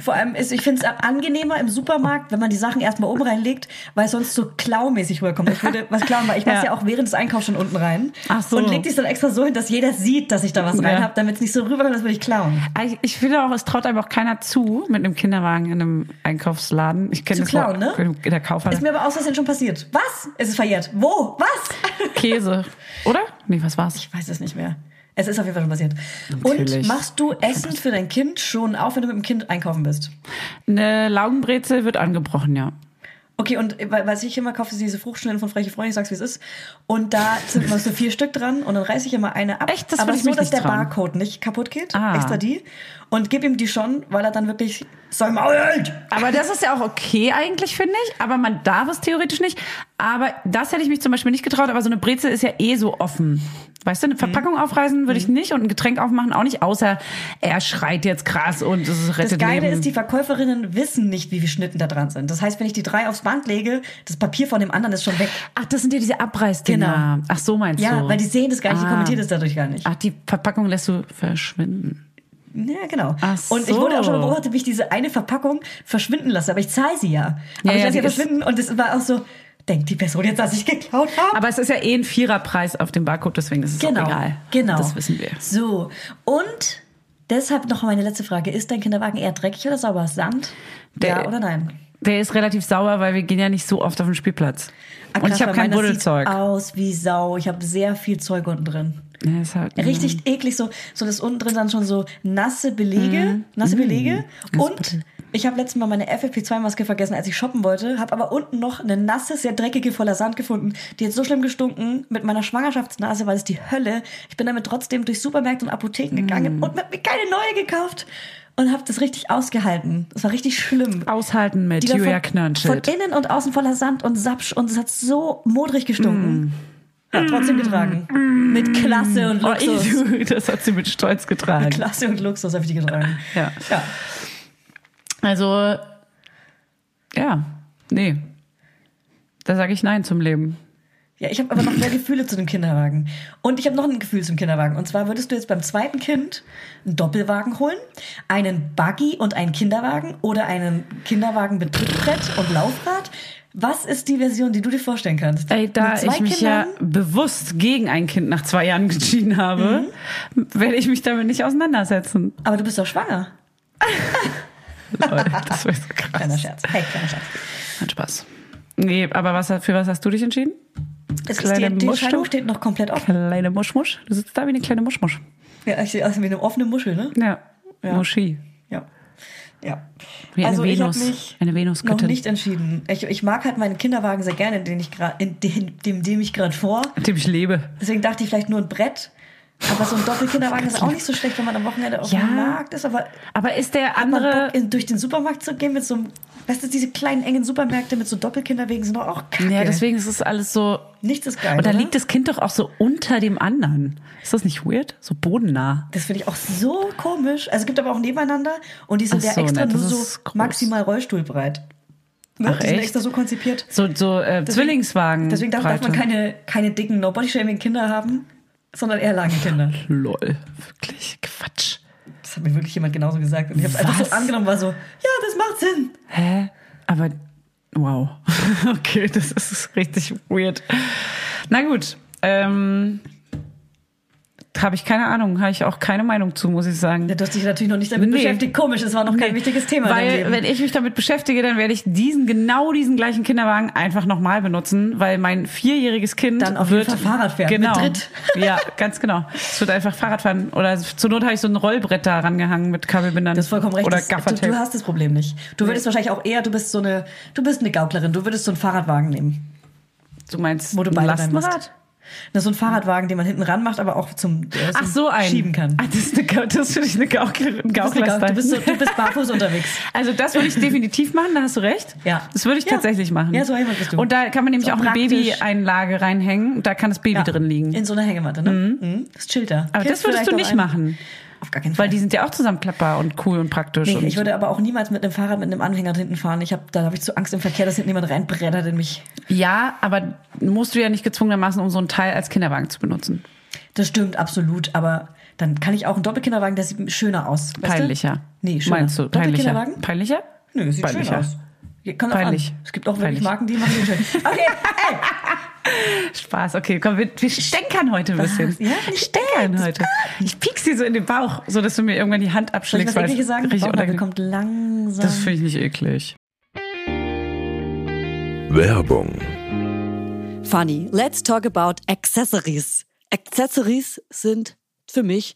Vor allem ist, ich finde es angenehmer im Supermarkt, wenn man die Sachen erstmal oben reinlegt, weil es sonst so klaumäßig rüberkommt. Ich würde was klauen, weil ich mach's
Ja.
ja. auch während des Einkaufs schon unten rein.
Ach so.
Und leg dich dann extra so hin, dass jeder sieht, dass ich da was rein
Ja.
habe, damit es nicht so rüberkommt, als würde ich klauen.
Ah, Ich, ich finde auch, es traut einem auch keiner zu mit einem Kinderwagen in einem Einkaufsladen. Ich kenne
Zu
das Wort-
klauen, ne?
in der Kaufhalle.
Ist mir aber aus, was denn schon passiert. Was? Es ist verjährt. Wo? Was?
Käse, oder? Nee, was war's?
Ich weiß es nicht mehr. Es ist auf jeden Fall schon passiert.
Natürlich.
Und machst du Essen für dein Kind schon auf, wenn du mit dem Kind einkaufen bist?
Eine Laugenbrezel wird angebrochen, ja.
Okay, und äh, weil- was ich immer kaufe, ist diese Fruchtschnitten von Freche Freunde, ich sag's wie es ist. Und da sind immer so vier Stück dran und dann reiße ich immer eine ab.
Echt? Das
Aber
würde ich
so,
mich
dass
nicht
der
trauen.
Barcode nicht kaputt geht,
Ah.
extra die. Und gib ihm die schon, weil er dann wirklich soll Maul hält.
Aber das ist ja auch okay eigentlich, finde ich. Aber man darf es theoretisch nicht. Aber das hätte ich mich zum Beispiel nicht getraut. Aber so eine Brezel ist ja eh so offen. Weißt du, eine Verpackung
Mhm.
aufreißen würde ich nicht und ein Getränk aufmachen auch nicht. Außer er schreit jetzt krass und es
Das
rettet
Geile
Leben.
ist, die Verkäuferinnen wissen nicht, wie viele Schnitten da dran sind. Das heißt, wenn ich die drei aufs Band lege, das Papier von dem anderen ist schon weg.
Ach, das sind ja diese Abreißdinger. Genau. Ach, so meinst
Ja,
du?
weil die sehen das gar nicht, die
Ah.
kommentieren das dadurch gar nicht.
Ach, die Verpackung lässt du verschwinden.
Ja, genau.
Ach
Und ich wurde auch schon
so.
beobachtet, wie ich diese eine Verpackung verschwinden lasse. Aber ich zahle sie
Ja,
ja. Aber ich
ja,
lasse sie
die ist-
verschwinden und es war auch so, denkt die Person jetzt, dass ich geklaut habe?
Aber es ist ja eh ein Viererpreis auf dem Barcode, deswegen ist es
Genau.
auch egal.
Genau.
Das wissen wir.
So. Und deshalb noch meine letzte Frage. Ist dein Kinderwagen eher dreckig oder sauber? Sand? ja
Der-
oder nein?
Der ist relativ sauer, weil wir gehen ja nicht so oft auf den Spielplatz.
Ah,
und
krass,
ich habe
weil
kein
meiner sieht
Buddelzeug.
aus wie Sau. Ich habe sehr viel Zeug unten drin.
Ja, ist halt-
Richtig eklig, so, so dass unten drin dann schon so nasse Belege,
Mhm.
nasse Belege. Und ich habe letztes Mal meine FFP2-Maske vergessen, als ich shoppen wollte, habe aber unten noch eine nasse, sehr dreckige, voller Sand gefunden. Die hat so schlimm gestunken mit meiner Schwangerschaftsnase, war es die Hölle. Ich bin damit trotzdem durch Supermärkte und Apotheken
Mhm.
gegangen und hab mir keine neue gekauft und habe das richtig ausgehalten. Das war richtig schlimm.
Aushalten mit
Die war
Julia
von, von
Knörnschild. Mhm.
innen und außen voller Sand und Sapsch und es hat so modrig gestunken. Trotzdem getragen. Mit Klasse und
Oh,
Luxus.
ich- das hat sie mit Stolz getragen.
Klasse und Luxus habe ich die getragen.
Ja.
Ja.
Also, ja, nee. Da sage ich Nein zum Leben.
Ja, ich habe aber noch mehr Gefühle zu dem Kinderwagen. Und ich habe noch ein Gefühl zum Kinderwagen. Und zwar würdest du jetzt beim zweiten Kind einen Doppelwagen holen, einen Buggy und einen Kinderwagen oder einen Kinderwagen mit Trittbrett und Laufrad. Was ist die Version, die du dir vorstellen kannst?
Ey, da
Mit zwei
ich mich
Kindern?
ja bewusst gegen ein Kind nach zwei Jahren entschieden habe, werde ich mich damit nicht auseinandersetzen.
Aber du bist doch schwanger.
Lol, das wäre so
Kleiner
krass.
Scherz. Hey, kleiner Scherz.
Hat Spaß. Nee, aber was, für was hast du dich entschieden?
Es ist
Kleine
die, die
Muschel.
Entscheidung steht noch komplett offen.
Kleine Muschmusch. Du sitzt da wie eine kleine Muschmusch.
Ja, ich sehe aus wie eine offene Muschel, ne?
Ja.
Ja.
Muschi.
Ja. Ja.
Wie eine
also ich habe
Venus.
mich
Eine Venusgöttin.
noch nicht entschieden. Ich, ich mag halt meinen Kinderwagen sehr gerne, den ich gerade, in dem, dem, dem ich gerade vor.
Mit dem ich lebe.
Deswegen dachte ich vielleicht nur ein Brett. Aber so ein Doppelkinderwagen ist auch nicht so schlecht, wenn man am Wochenende auf
Ja.
dem Markt ist. Aber
Aber ist der
hat man
andere.
Bock, in, durch den Supermarkt zu gehen mit so einem, weißt du, diese kleinen engen Supermärkte mit so Doppelkinderwegen sind doch auch kacke.
Ja, deswegen ist es alles so.
Nichts ist geil.
Und dann
oder?
liegt das Kind doch auch so unter dem anderen. Ist das nicht weird? So bodennah.
Das finde ich auch so komisch. Also es gibt aber auch nebeneinander und die sind
Ach
ja
so,
extra
ne,
nur
das
so
ist groß.
maximal rollstuhlbreit. Ne?
Ach,
die sind
echt?
extra so konzipiert.
So, so äh, Zwillingswagen.
Deswegen darf, darf man
Breite.
keine, keine dicken, no body shaming Kinder haben, sondern eher lange Kinder.
Lol. Wirklich Quatsch.
Das hat mir wirklich jemand genauso gesagt. Und ich habe es einfach
Was?
so angenommen, war so, ja, das macht Sinn.
Hä? Aber wow. Okay, das ist richtig weird. Na gut. Ähm, habe ich keine Ahnung, habe ich auch keine Meinung zu, muss ich sagen.
Ja, Du hast dich natürlich noch nicht damit
Nee.
beschäftigt. Komisch, es war noch kein
Nee,
wichtiges Thema. in deinem
Weil,
Leben.
wenn ich mich damit beschäftige, dann werde ich diesen, genau diesen gleichen Kinderwagen einfach nochmal benutzen, weil mein vierjähriges Kind
Dann auf
wird
jeden Fall Fahrrad fahren, mit
Genau.
Tritt.
Ja, ganz genau. Es wird einfach Fahrrad fahren. Oder zur Not habe ich so ein Rollbrett da rangehangen mit Kabelbindern.
das ist vollkommen recht.
Oder
das, du,
Gaffertape.
du hast das Problem nicht. Du würdest wahrscheinlich auch eher, du bist so eine, du bist eine Gauklerin, du würdest so einen Fahrradwagen nehmen,
Du meinst
wo du
ein
beide rein musst.
Lastenrad?
Na, so ein Fahrradwagen, den man hinten ranmacht, aber auch zum, der
Ach,
zum
so ein.
Schieben kann.
Ah, das ist eine, Gau- das finde ich eine Gauklerin.
Du bist, eine Gauk-
Gaukler
du, bist so, du bist barfuß unterwegs.
Also das würde ich definitiv machen, da hast du recht.
Ja.
Das würde ich
Ja.
tatsächlich machen.
Ja, so jemand bist du.
Und da kann man nämlich
Ist
auch
auch
eine
praktisch.
Babyeinlage reinhängen. Da kann das Baby drin liegen.
In so einer Hängematte, ne? Mhm. Das chillt da.
Aber
Kennst
das würdest
vielleicht
du
noch
nicht
einen?
machen.
Auf gar keinen Fall.
Weil die sind ja auch zusammenklappbar und cool und praktisch.
Nee,
und
ich würde aber auch niemals mit einem Fahrrad mit einem Anhänger hinten fahren. Ich hab, da habe ich zu Angst im Verkehr, dass hinten jemand reinbrettert in mich.
ja, aber musst du ja nicht gezwungenermaßen, um so einen Teil als Kinderwagen zu benutzen.
Das stimmt, absolut. Aber dann kann ich auch einen Doppelkinderwagen, der sieht schöner aus. weißt du?
Peinlicher.
Nee, schöner.
Meinst du? Peinlicher.
Doppelkinderwagen?
Peinlicher?
Nö, sieht schön
Peinlicher.
aus. Ja, Kommt drauf
Peinlich.
An. Es gibt auch wirklich
Peinlich.
Marken, die machen den schön. Okay, ey,
Spaß, okay, komm, wir, wir stänkern heute ein bisschen.
Ja, finde ich
stänkern
gut.
heute. Ich piek's dir so in den Bauch, so dass du mir irgendwann die Hand
soll
abschlägst.
ich was
weil es
Ekliges sagen?
richtig
Bauchnabel
unangenehm-
kommt langsam.
Das finde ich nicht eklig.
Werbung,
Funny. Let's talk about Accessories. Accessories sind für mich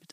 mit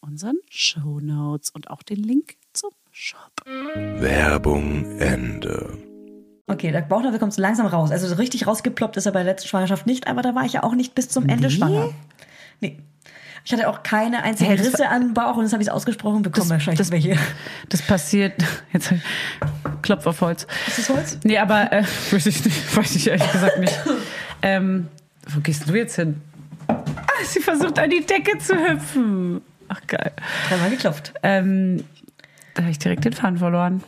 unseren Show Notes und auch den Link zum Shop.
Werbung Ende.
Okay, der Bauchnabel kommt so langsam raus. Also so richtig rausgeploppt ist er bei der letzten Schwangerschaft nicht, aber da war ich ja auch nicht bis zum Ende schwanger. Nee. Ich hatte auch keine einzige
Hä, das
Risse an dem Bauch und das habe ich ausgesprochen bekommen. wahrscheinlich
das-
welche.
Das passiert. Jetzt klopf auf Holz.
Ist das Holz?
Nee, aber äh, weiß, ich nicht, weiß ich ehrlich gesagt nicht. Ähm, wo gehst du jetzt hin? Ah, sie versucht an die Decke zu hüpfen. Ach geil.
Dreimal geklopft.
Ähm, da habe ich direkt den Faden verloren.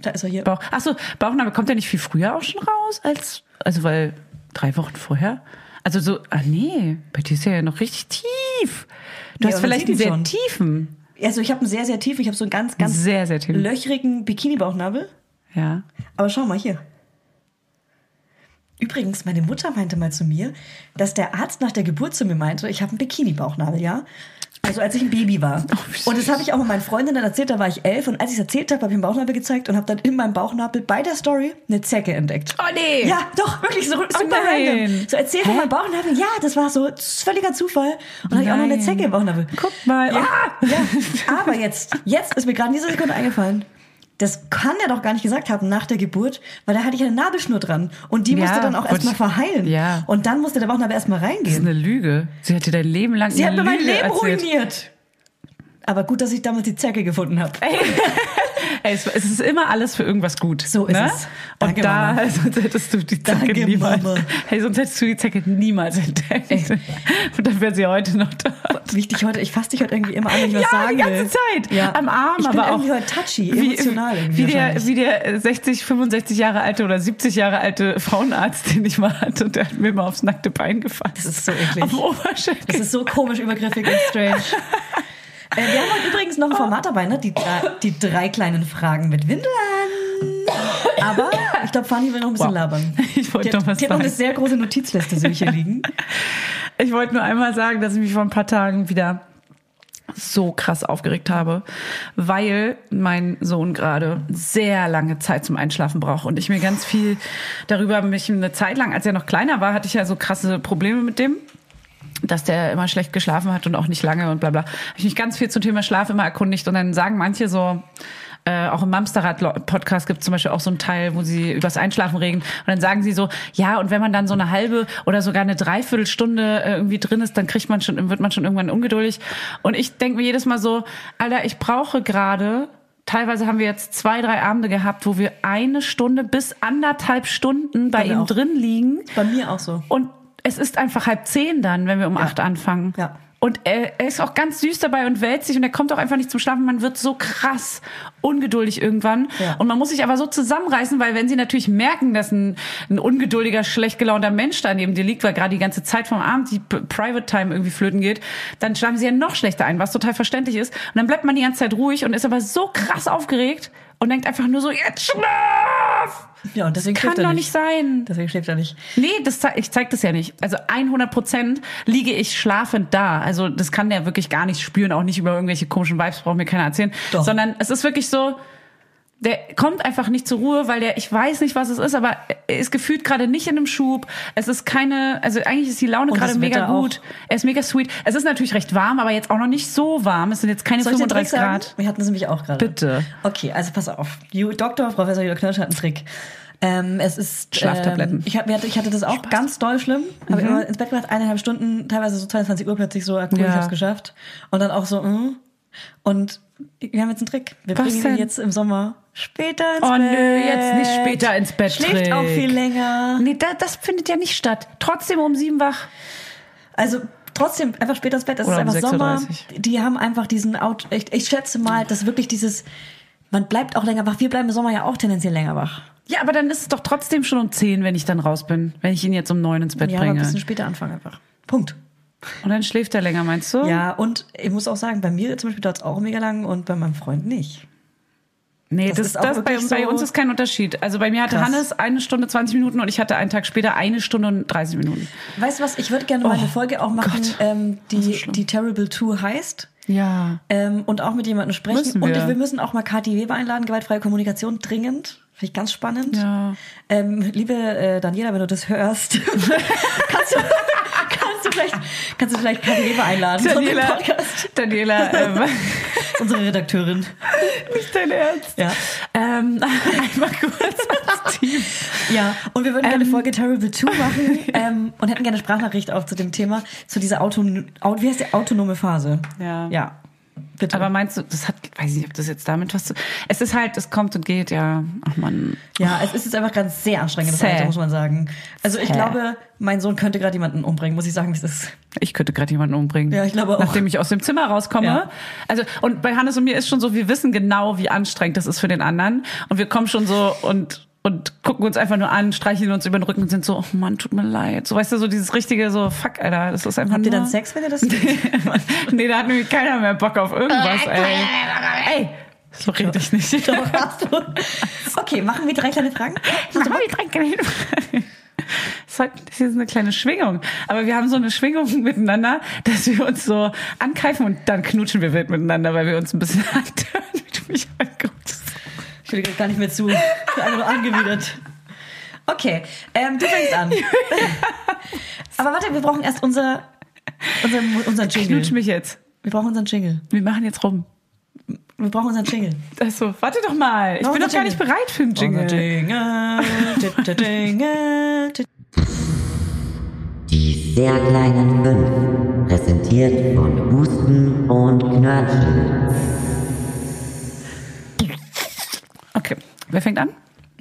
Da ist er hier.
Bauch. Achso, Bauchnabel kommt ja nicht viel früher auch schon raus als. Also, weil drei Wochen vorher. Also, so. Ah, nee. Bei dir ist er ja noch richtig tief. Du
Ja,
hast
aber man
vielleicht
sieht ihn
einen sehr
schon.
tiefen.
Also ich habe einen sehr, sehr tief. Ich habe so einen ganz, ganz
Sehr, sehr tiefen.
löchrigen Bikini-Bauchnabel.
Ja.
Aber schau mal hier. Übrigens, meine Mutter meinte mal zu mir, dass der Arzt nach der Geburt zu mir meinte, ich habe einen Bikini-Bauchnabel, ja? Also als ich ein Baby war.
Oh, wie
und das habe ich auch meinen Freundinnen erzählt, da war ich elf. Und als ich es erzählt habe, habe ich einen Bauchnabel gezeigt und habe dann in meinem Bauchnabel bei der Story eine Zecke entdeckt.
Oh, nee. Oh,
Ja, doch, wirklich, so super
nein.
random. So erzählt von meinem Bauchnabel, ja, das war so völliger Zufall. Und dann habe ich auch noch eine
Nein.
Zecke im Bauchnabel.
Guck mal.
Ja,
Ah!
ja. Aber jetzt, jetzt ist mir gerade in dieser Sekunde eingefallen. Das kann er doch gar nicht gesagt haben nach der Geburt, weil da hatte ich eine Nabelschnur dran. Und die
Ja,
musste dann auch
wollte
erstmal
ich-
verheilen.
Ja.
Und dann musste der Bauchnabel erstmal
Das ist
reingehen.
eine Lüge. Sie hat dir dein Leben lang
Sie hat
eine
mir mein
Lüge
Leben
erzählt.
ruiniert. Aber gut, dass ich damals die Zecke gefunden habe.
Ey, es, es ist immer alles für irgendwas gut.
So ist
ne?
es. Danke,
Und da,
Mama.
sonst hättest du die Zecke
Danke,
niemals.
Mama.
Hey, sonst hättest du die Zecke niemals entdeckt. Und dann wäre sie heute noch da.
Wichtig heute, ich fasse dich heute irgendwie immer an, wenn ich
ja,
was sagen
die ganze
will.
Zeit.
Ja.
Am Arm,
ich bin
aber auch.
irgendwie heute touchy,
wie,
emotional irgendwie
wie, der,
wahrscheinlich.
wie der äh, 60, 65 Jahre alte oder 70 Jahre alte Frauenarzt, den ich mal hatte, und der hat mir mal aufs nackte Bein gefasst.
Das ist so eklig.
Auf dem Oberschenkel.
Das ist so komisch, übergriffig und strange. äh, wir haben heute übrigens noch ein Format dabei, ne? Die, drei- die drei kleinen Fragen mit Windeln. Aber ich glaube, Fanny will noch ein bisschen
Wow.
labern.
Ich wollte
Die hat-
noch was
Die hat noch eine
sagen.
sehr große Notizliste, sehe ich hier liegen.
Ich wollte nur einmal sagen, dass ich mich vor ein paar Tagen wieder so krass aufgeregt habe, weil mein Sohn gerade sehr lange Zeit zum Einschlafen braucht und ich mir ganz viel darüber mich eine Zeit lang, als er noch kleiner war, hatte ich ja so krasse Probleme mit dem dass der immer schlecht geschlafen hat und auch nicht lange und bla bla. Habe ich mich ganz viel zum Thema Schlaf immer erkundigt und dann sagen manche so, äh, auch im Mamsterrad-Podcast gibt es zum Beispiel auch so einen Teil, wo sie übers Einschlafen reden und dann sagen sie so, ja und wenn man dann so eine halbe oder sogar eine Dreiviertelstunde äh, irgendwie drin ist, dann kriegt man schon, wird man schon irgendwann ungeduldig und ich denke mir jedes Mal so, Alter, ich brauche gerade Teilweise haben wir jetzt zwei, drei Abende gehabt, wo wir eine Stunde bis anderthalb Stunden bei
Bei mir
ihm
auch.
drin liegen.
Bei mir auch so.
Und es ist einfach halb zehn dann, wenn wir um acht anfangen.
Ja.
Und er, er ist auch ganz süß dabei und wälzt sich und er kommt auch einfach nicht zum Schlafen. Man wird so krass ungeduldig irgendwann.
Ja.
Und man muss sich aber so zusammenreißen, weil wenn sie natürlich merken, dass ein, ein ungeduldiger, schlecht gelaunter Mensch da neben dir liegt, weil gerade die ganze Zeit vom Abend die P- Private Time irgendwie flöten geht, dann schlafen sie ja noch schlechter ein, was total verständlich ist. Und dann bleibt man die ganze Zeit ruhig und ist aber so krass aufgeregt und denkt einfach nur so, jetzt schlaf!
Ja, und deswegen
Kann
schläft er
doch nicht sein.
Deswegen schläft er nicht.
Nee, das, zei- ich zeig das ja nicht. Also 100 Prozent liege ich schlafend da. Also das kann der wirklich gar nicht spüren, auch nicht über irgendwelche komischen Vibes, braucht mir keiner erzählen.
Doch.
Sondern es ist wirklich so, der kommt einfach nicht zur Ruhe, weil der, ich weiß nicht, was es ist, aber er ist gefühlt gerade nicht in einem Schub. Es ist keine, also eigentlich ist die Laune
Und
gerade
das
mega
Wetter auch.
gut. Er ist mega sweet. Es ist natürlich recht warm, aber jetzt auch noch nicht so warm. Es sind jetzt keine
Soll ich den Trick
35
sagen?
Grad.
Wir hatten es nämlich auch gerade.
Bitte.
Okay, also pass auf. Ju- Dr. Professor Jürgen Knirsch hat einen Trick. Ähm, es ist
Schlaftabletten. Mhm.
Ähm, ich, hab, wir hatte, ich hatte das auch ganz doll schlimm. Habe immer ins Bett gemacht, eineinhalb Stunden, teilweise so 22 Uhr plötzlich so, ah, cool,
Ja.
ich hab's geschafft. Und dann auch so, mm. Und wir haben jetzt einen Trick. Wir
Was
bringen
denn?
ihn jetzt im Sommer später ins
Oh
Bett.
nö, jetzt nicht später ins Bett.
Schläft auch
Trick.
viel länger.
Nee, da, das findet ja nicht statt. Trotzdem um sieben wach.
Also trotzdem einfach später ins Bett, es ist
Oder um
einfach Sommer.
6.30.
Die haben einfach diesen Out. Ich, ich schätze mal, dass wirklich dieses, man bleibt auch länger wach. Wir bleiben im Sommer ja auch tendenziell länger wach.
Ja, aber dann ist es doch trotzdem schon um 10, wenn ich dann raus bin, wenn ich ihn jetzt um 9 ins Bett
Ja, aber ein
bringe.
bisschen später anfangen einfach. Punkt.
Und dann schläft er länger, meinst du?
Ja, und ich muss auch sagen, bei mir zum Beispiel dauert es auch mega lang und bei meinem Freund nicht.
Nee,
Das
das,
ist auch
das, bei,
wirklich
bei
so-
uns ist kein Unterschied. Also bei mir hatte
Krass.
Hannes eine Stunde 20 Minuten und ich hatte einen Tag später eine Stunde und 30 Minuten.
Weißt du was, ich würde gerne mal eine Folge auch machen,
Oh Gott.
ähm,
Das
die,
ist schlimm.
die Terrible Two heißt.
Ja.
Ähm, und auch mit jemandem sprechen.
Müssen
Und
wir.
ich, wir müssen auch mal Kathi Weber einladen, gewaltfreie Kommunikation dringend. Finde ich ganz spannend.
Ja.
Ähm, liebe äh, Daniela, wenn du das hörst, kannst, du, kannst, du vielleicht, kannst du vielleicht Kathi Weber einladen zu
Daniela,
unserem Podcast.
Daniela, ähm,
Unsere Redakteurin.
nicht dein Ernst.
Ja.
Ähm, einmal kurz als Team.
Ja, und wir würden gerne
Ähm.
Folge Terrible 2 machen ähm, und hätten gerne Sprachnachricht auch zu dem Thema, zu dieser Auton au- wie heißt die autonome Phase.
Ja.
Ja. Bitte.
Aber meinst du, das hat, weiß nicht, ob das jetzt damit was zu. Es ist halt, es kommt und geht, ja. Ach man.
Ja, es ist jetzt einfach ganz sehr anstrengendes
Zäh.
Alter, muss man sagen. Also ich
Zäh.
glaube, mein Sohn könnte gerade jemanden umbringen, muss ich sagen, wie es ist.
Ich könnte gerade jemanden umbringen.
Ja, ich glaube auch.
Nachdem ich aus dem Zimmer rauskomme.
Ja.
Also, und bei Hannes und mir ist schon so, wir wissen genau, wie anstrengend das ist für den anderen. Und wir kommen schon so und, und gucken uns einfach nur an, streicheln uns über den Rücken und sind so, oh Mann, tut mir leid. So, weißt du, so dieses richtige, so, fuck, Alter, das ist einfach
Habt ihr
nur
dann Sex, wenn ihr das tut?
nee, da hat nämlich keiner mehr Bock auf irgendwas, ey. ey, so rede ich nicht.
Äh, Doch, hast du. Okay, machen wir drei kleine Fragen.
Mama, wie dran kann ich Das ist heute- das ist jetzt eine kleine Schwingung. Aber wir haben so eine Schwingung miteinander, dass wir uns so ankeifen und dann knutschen wir wild miteinander, weil wir uns ein bisschen antören, wie du mich anguckst.
Ich will gar nicht mehr zu. Ich bin einfach nur angewidert. Okay, ähm, du fängst an. Aber warte, wir brauchen erst unser, unser, unseren Jingle.
Knutsch mich jetzt.
Wir brauchen unseren Jingle.
Wir machen jetzt rum.
Wir brauchen unseren Jingle.
Achso, warte doch mal. Ich
Noch
bin doch
unser
gar nicht
Jingle.
bereit für einen Jingle.
Unser Jingle. Tü- tü- Jingle. tü-
Die sehr kleinen fünf, präsentiert von Husten und Knörchen.
Okay, wer fängt an?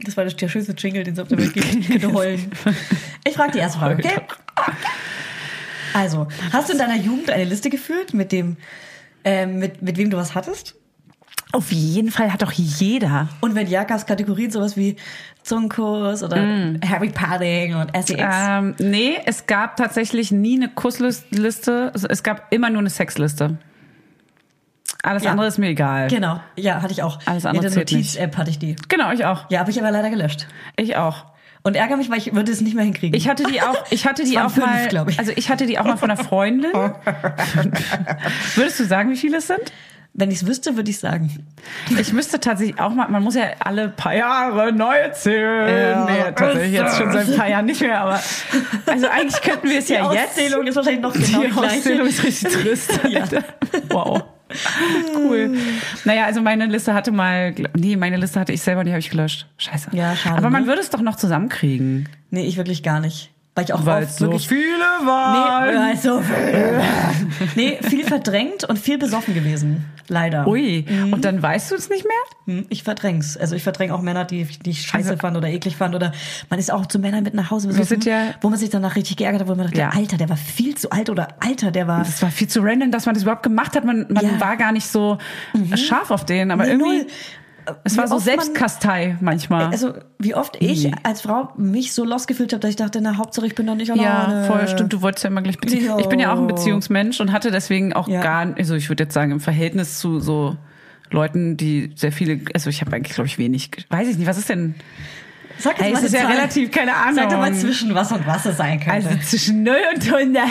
Das war der schönste Jingle, den es auf der Welt gibt. Ich könnte heulen. Ich frage die erste Frage, okay? Also, hast du in deiner Jugend eine Liste geführt mit dem, ähm, mit, mit wem du was hattest?
Auf jeden Fall hat doch jeder.
Und wenn ja, gab es Kategorien sowas wie Zunkus oder
Mm.
Harry Padding und E SEX?
Ähm, nee, es gab tatsächlich nie eine Kussliste. Also Es gab immer nur eine Sexliste. Alles
Ja.
andere ist mir egal.
Genau, ja, hatte ich auch.
Alles andere
In der
zählt
Notiz-App hatte ich die.
Genau, ich auch.
Ja, habe ich aber leider gelöscht.
Ich auch.
Und ärgere mich, weil ich würde es nicht mehr hinkriegen.
Ich hatte die auch, ich hatte
Es
die
waren
auch mal,
fünf, glaub ich.
also ich hatte die auch mal von einer Freundin. Würdest du sagen, wie viele es sind?
wenn ich es wüsste, würde ich sagen.
Ich müsste tatsächlich auch mal, man muss ja alle paar Jahre neu zählen.
Ja.
nee, tatsächlich jetzt schon seit ein paar Jahren nicht mehr, aber also eigentlich könnten wir es ja
die
jetzt.
Auszählung ist wahrscheinlich noch genau die,
die Auszählung
gleiche.
ist richtig trist. Alter. Wow. Cool. Naja, also meine Liste hatte mal, nee, meine Liste hatte ich selber, die habe ich gelöscht. Scheiße.
Ja, schade,
Aber man
ne?
würde es doch noch zusammenkriegen.
Nee, ich wirklich gar nicht. Weil ich auch
Weil
oft
es so
wirklich
viele
Nee,
waren.
weil so viel. nee, viel verdrängt und viel besoffen gewesen. Leider.
Ui,
Mhm.
und dann weißt du es nicht mehr?
Hm, Ich verdräng's. Also ich verdräng auch Männer, die, die ich scheiße fand oder eklig fand. Oder man ist auch zu Männern mit nach Hause besoffen,
Also sind ja-
wo man sich danach richtig geärgert hat, wo man dachte,
Ja.
Alter, der war viel zu alt oder Alter, der war.
Das war viel zu random, dass man das überhaupt gemacht hat. Man, man
Ja. Mhm.
war gar nicht so scharf auf den, aber
Nee,
irgendwie,
null.
es
Wie
war so
oft man-
Selbstkastei manchmal.
Also wie oft ich als Frau mich so losgefühlt habe, dass ich dachte, na Hauptsache ich bin doch nicht alleine.
Ja, voll, stimmt. Du wolltest ja immer gleich Beziehung.
ne. Jo.
Ich bin ja auch ein Beziehungsmensch und hatte deswegen auch
Ja.
gar, also ich würde jetzt sagen, im Verhältnis zu so Leuten, die sehr viele, also ich habe eigentlich, glaube ich, wenig, ge- weiß ich nicht, was ist denn?
Sag jetzt
Ey,
mal
es
eine
ist ja
Zahl.
relativ, keine Ahnung.
Sag doch mal zwischen was und was es sein
also
könnte.
zwischen 0 und 100.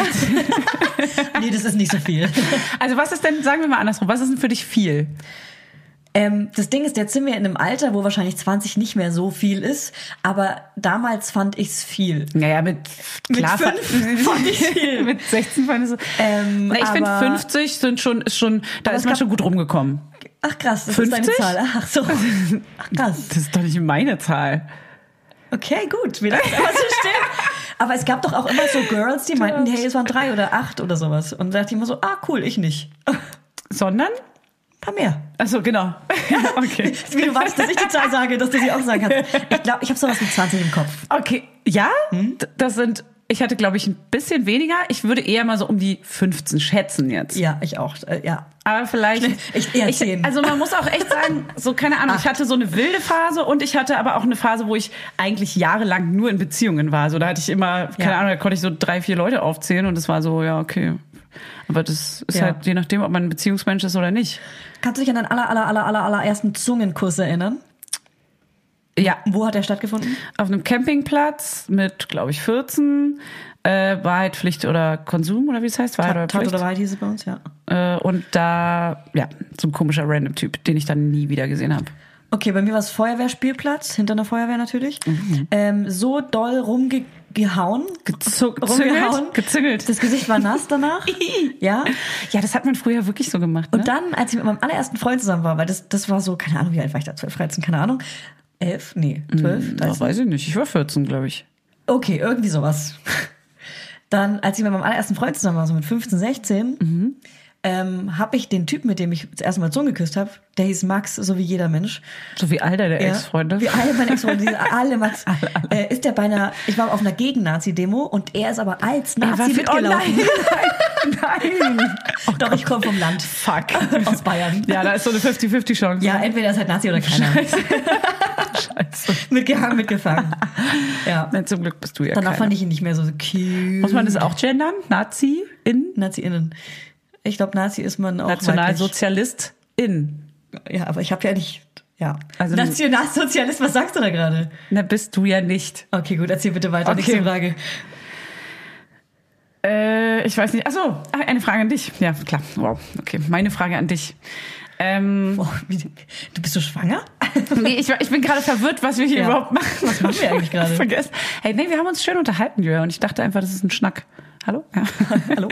nee, das ist nicht so viel.
also was ist denn, sagen wir mal andersrum, was ist denn für dich viel?
Ähm, das Ding ist, jetzt sind wir in einem Alter, wo wahrscheinlich 20 nicht mehr so viel ist, aber damals fand ich's viel.
Naja, mit, klar,
mit fünf fand ich's viel.
mit 16 fand ich so.
Ähm,
Na, ich finde
aber-
50 sind schon, ist schon, da
Aber
ist
es
man
gab-
schon gut rumgekommen.
Ach krass, das ist
50?
deine Zahl. Ach so. Ach krass.
Das ist doch nicht meine Zahl.
Okay, gut. Wir lassen es einfach so stehen. Aber es gab doch auch immer so Girls, die meinten, hey, es waren drei oder acht oder sowas. Und da dachte ich immer so, ah cool, ich nicht. Ein
Sondern?
paar mehr.
Achso, genau. okay.
Wie du weißt, dass ich die Zahl sage, dass du sie auch sagen kannst. Ich glaube, ich habe sowas mit 20 im Kopf.
Hm? Okay, ja, D- das sind, Ich hatte, glaube ich, ein bisschen weniger. Ich würde eher mal so um die 15 schätzen jetzt.
Ja, ich auch. Äh, ja.
Aber vielleicht.
Ich- eher zehn.
also man muss auch echt sagen, so keine Ahnung, ich hatte so eine wilde Phase und ich hatte aber auch eine Phase, wo ich eigentlich jahrelang nur in Beziehungen war. So da hatte ich immer, keine
Ja.
Ahnung, da konnte ich so drei, vier Leute aufzählen und es war so, ja, okay. Aber das ist
Ja.
halt je nachdem, ob man ein Beziehungsmensch ist oder nicht.
Kannst du dich an deinen aller, aller, aller, aller, allerersten Zungenkuss erinnern?
Ja,
Wo hat der stattgefunden?
auf einem Campingplatz mit, glaube ich, 14. Äh, Wahrheit, Pflicht oder Konsum oder wie es heißt, Wahrheit oder
Tat
Pflicht.
oder Wahrheit hieß es bei uns, ja.
Äh, und da, ja, so ein komischer random Typ, den ich dann nie wieder gesehen habe.
Okay, bei mir war es Feuerwehrspielplatz, hinter einer Feuerwehr natürlich.
Mhm.
Ähm, so doll rumgehauen.
Gezüngelt. Gezüngelt.
Das Gesicht war nass danach. ja.
ja, das hat man früher wirklich so gemacht. Ne?
Und dann, als ich mit meinem allerersten Freund zusammen war, weil das, das war so, keine Ahnung, wie alt war ich da? 12, 13, keine Ahnung. 11? Nee, 12,
das
13.
Mm, weiß ich nicht. Ich war 14, glaube ich.
Okay, irgendwie sowas. Dann, als ich mit meinem allerersten Freund zusammen war, so mit 15, 16,
Mhm.
ähm, habe ich den Typen, mit dem ich das erste Mal Zungen geküsst habe, der hieß Max, so wie jeder Mensch.
So wie all deine
Ja.
Ex-Freunde.
Wie alle meine Ex-Freunde, die sind alle Max. Äh, ist der bei einer, ich war auf einer Gegen-Nazi-Demo und er ist aber als
Er war
Nazi
viel- oh
mitgelaufen.
nein, nein.
Doch, ich komme vom Land.
Fuck.
Aus Bayern.
Ja, da ist so eine 50-50-Chance.
Ja, entweder ist halt Nazi oder keiner.
Scheiße.
Mitgehangen, mitgefangen. Ja.
Nein, zum Glück bist du ja
Danach
keiner.
fand ich ihn nicht mehr so cute.
Muss man das auch gendern? Nazi? In?
Nazi-Innen. Ich glaube, Nazi ist man auch weiblich.
Nationalsozialist? In?
Ja, aber ich habe ja nicht. Ja.
Also-
Also Nationalsozialist, was sagst du da gerade?
Na, bist du ja nicht.
Okay, gut, erzähl bitte weiter.
Okay.
Nächste Frage.
Äh, ich weiß nicht. Achso, eine Frage an dich. Ja, klar. Wow. Okay, meine Frage an dich. Ähm,
Oh, wie, du bist so schwanger?
nee, ich, war- ich bin gerade verwirrt, was wir hier
Ja.
überhaupt machen.
Was machen wir eigentlich gerade?
Vergessen. Hey, nee, wir haben uns schön unterhalten, Julia, und ich dachte einfach, das ist ein Schnack. Hallo? Ja.
Hallo?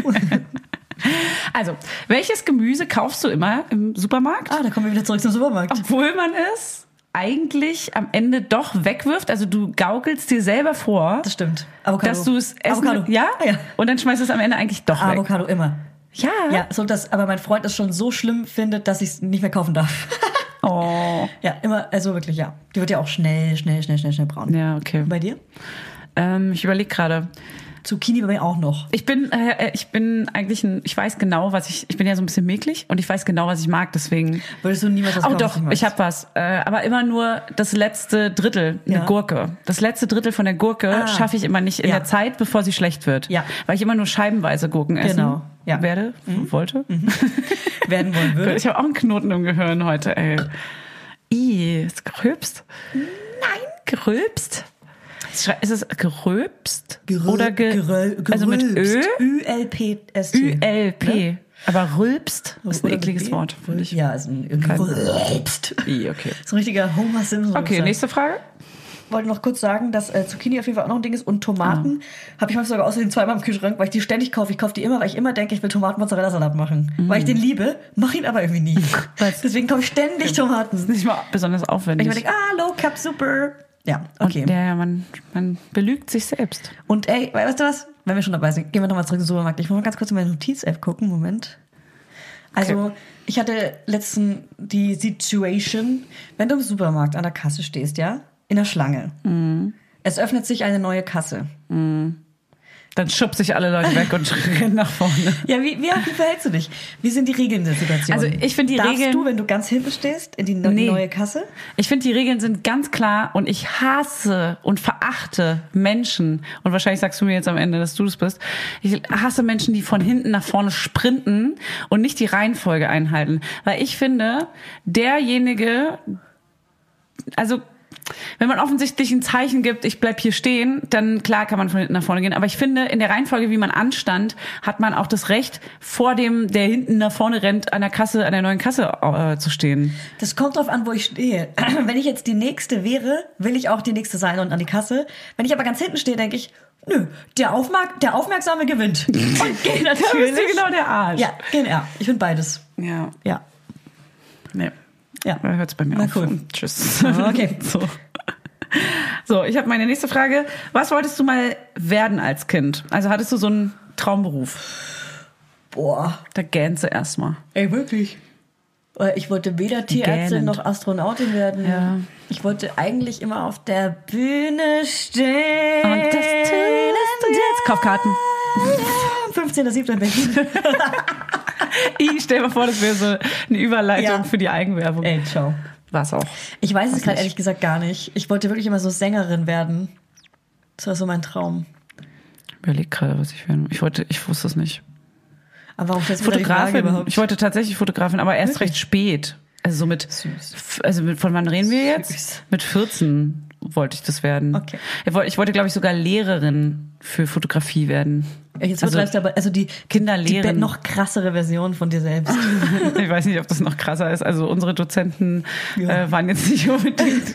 Also, welches Gemüse kaufst du immer im Supermarkt?
ah, da kommen wir wieder zurück zum Supermarkt.
Obwohl man es eigentlich am Ende doch wegwirft. Also du gaukelst dir selber vor,
Das stimmt. Avocado.
dass du es essen
Avocado. Ah,
Ja?
ja.
Und dann schmeißt du es am Ende eigentlich doch weg.
Avocado immer.
Ja.
Ja, so das, aber mein Freund es schon so schlimm findet, dass ich es nicht mehr kaufen darf.
Oh.
ja, immer, also wirklich, ja. Die wird ja auch schnell, schnell, schnell, schnell, schnell braun.
Ja, okay.
Und Bei dir?
Ähm, ich überlege gerade.
Zucchini bei mir auch noch.
Ich bin, äh, ich bin eigentlich ein, ich weiß genau, was ich, ich bin ja so ein bisschen mäglich und ich weiß genau, was ich mag, deswegen.
Würdest du niemals was
Oh
kaufen, was
doch,
du magst?
ich habe was. Äh, aber immer nur das letzte Drittel, eine
Ja.
Gurke. Das letzte Drittel von der Gurke
Ah.
schaffe ich immer nicht in
Ja.
der Zeit, bevor sie schlecht wird.
Ja.
Weil ich immer nur scheibenweise Gurken essen
Genau, ja. Mhm.
werde, wollte.
Werden wollen würde.
Gott, Ich habe auch einen Knoten im Gehirn heute, ey. I, ist gerülpst? Nein. Gerülpst? Schrei- Ist es gerülpst?
Gerö-
Oder ge
gerö-
also mit Ö?
gerülpst. ne? Ü-L-P-S-T.
Ü-L-P. Aber rülpst ist ein
Oder
ekliges
mit B?
Wort, finde ich.
Ja, ist ein gerülpst.
I, okay.
So ein richtiger Homer Simpson. würd ich
Okay,
sagen.
nächste Frage.
Ich wollte noch kurz sagen, dass äh, Zucchini auf jeden Fall auch noch ein Ding ist und Tomaten
Ah.
habe ich manchmal sogar außerdem zweimal im Kühlschrank, weil ich die ständig kaufe. Ich kaufe die immer, weil ich immer denke, ich will Tomaten-Mozzarella-Salat machen.
Mm.
Weil ich den liebe, mache ihn aber irgendwie nie. Deswegen kaufe ich ständig Tomaten.
Nicht mal besonders
Ich
aufwendig.
mir denke, ah, Low Cup, super. Ja, okay.
Und, ja, ja, man, man belügt sich selbst.
Und ey, weißt du was? Wenn wir schon dabei sind, gehen wir nochmal zurück zum Supermarkt. Ich muss mal ganz kurz in meine Notiz-App gucken. Moment. Also, ich hatte letzten die Situation, wenn du im Supermarkt an der Kasse stehst, ja, in der Schlange.
Mhm.
Es öffnet sich eine neue Kasse.
Dann schubst sich alle Leute weg und rennen nach vorne.
Ja, wie, wie, wie verhältst du dich? Wie sind die Regeln der Situation?
Also, ich finde die
Darfst
Regeln-
du, wenn du ganz hinten stehst, in die ne
Nee.
neue Kasse?
Ich finde, die Regeln sind ganz klar und ich hasse und verachte Menschen. Und wahrscheinlich sagst du mir jetzt am Ende, dass du das bist. Ich hasse Menschen, die von hinten nach vorne sprinten und nicht die Reihenfolge einhalten. Weil ich finde, derjenige, also wenn man offensichtlich ein Zeichen gibt, ich bleib hier stehen, dann klar kann man von hinten nach vorne gehen. Aber ich finde, in der Reihenfolge, wie man anstand, hat man auch das Recht, vor dem, der hinten nach vorne rennt, an der Kasse, an der neuen Kasse äh, zu stehen.
Das kommt drauf an, wo ich stehe. Wenn ich jetzt die Nächste wäre, will ich auch die Nächste sein und an die Kasse. Wenn ich aber ganz hinten stehe, denke ich, nö, der, Aufmerk der Aufmerksame gewinnt. Und geh
Da bist du
natürlich.
genau der Arsch.
Ja, gehen ja. Ich bin beides.
Ja,
Ja.
nee.
Ja.
Da Äh, hört's bei mir
Na
auf.
cool. Ah,
Und Tschüss.
Okay.
So. So, ich habe meine nächste Frage. Was wolltest du mal werden als Kind? Also hattest du so einen Traumberuf?
Boah,
Da gähnst du erstmal.
ey, wirklich. Äh, Ich wollte weder Tierärztin
Gähnend.
noch Astronautin werden.
Ja.
Ich wollte eigentlich immer auf der Bühne stehen.
Und das tust du jetzt Kaufkarten.
15.07. in Berlin.
Ich stell mir vor, das wäre so eine Überleitung
Ja.
für die Eigenwerbung.
Ey, ciao.
Was auch.
Ich weiß es gerade ehrlich gesagt gar nicht. Ich wollte wirklich immer so Sängerin werden. Das war so mein Traum.
Überleg gerade, was ich werden. Ich wollte, ich wusste es nicht.
Aber warum stellst du mir da die Frage
Fotografin.
überhaupt?
Ich wollte tatsächlich Fotografin, aber erst recht spät. Also so mit, f- also mit, von wann reden wir jetzt?
Süß.
Mit 14 wollte ich das werden.
Okay.
Ich wollte, ich wollte, glaube ich, sogar Lehrerin für Fotografie werden.
Jetzt
Also-
vertreibst du aber also die
Kinderlehren.
die be- noch krassere Version von dir selbst.
Ich weiß nicht, ob das noch krasser ist. Also unsere Dozenten
Ja.
äh, waren jetzt nicht unbedingt.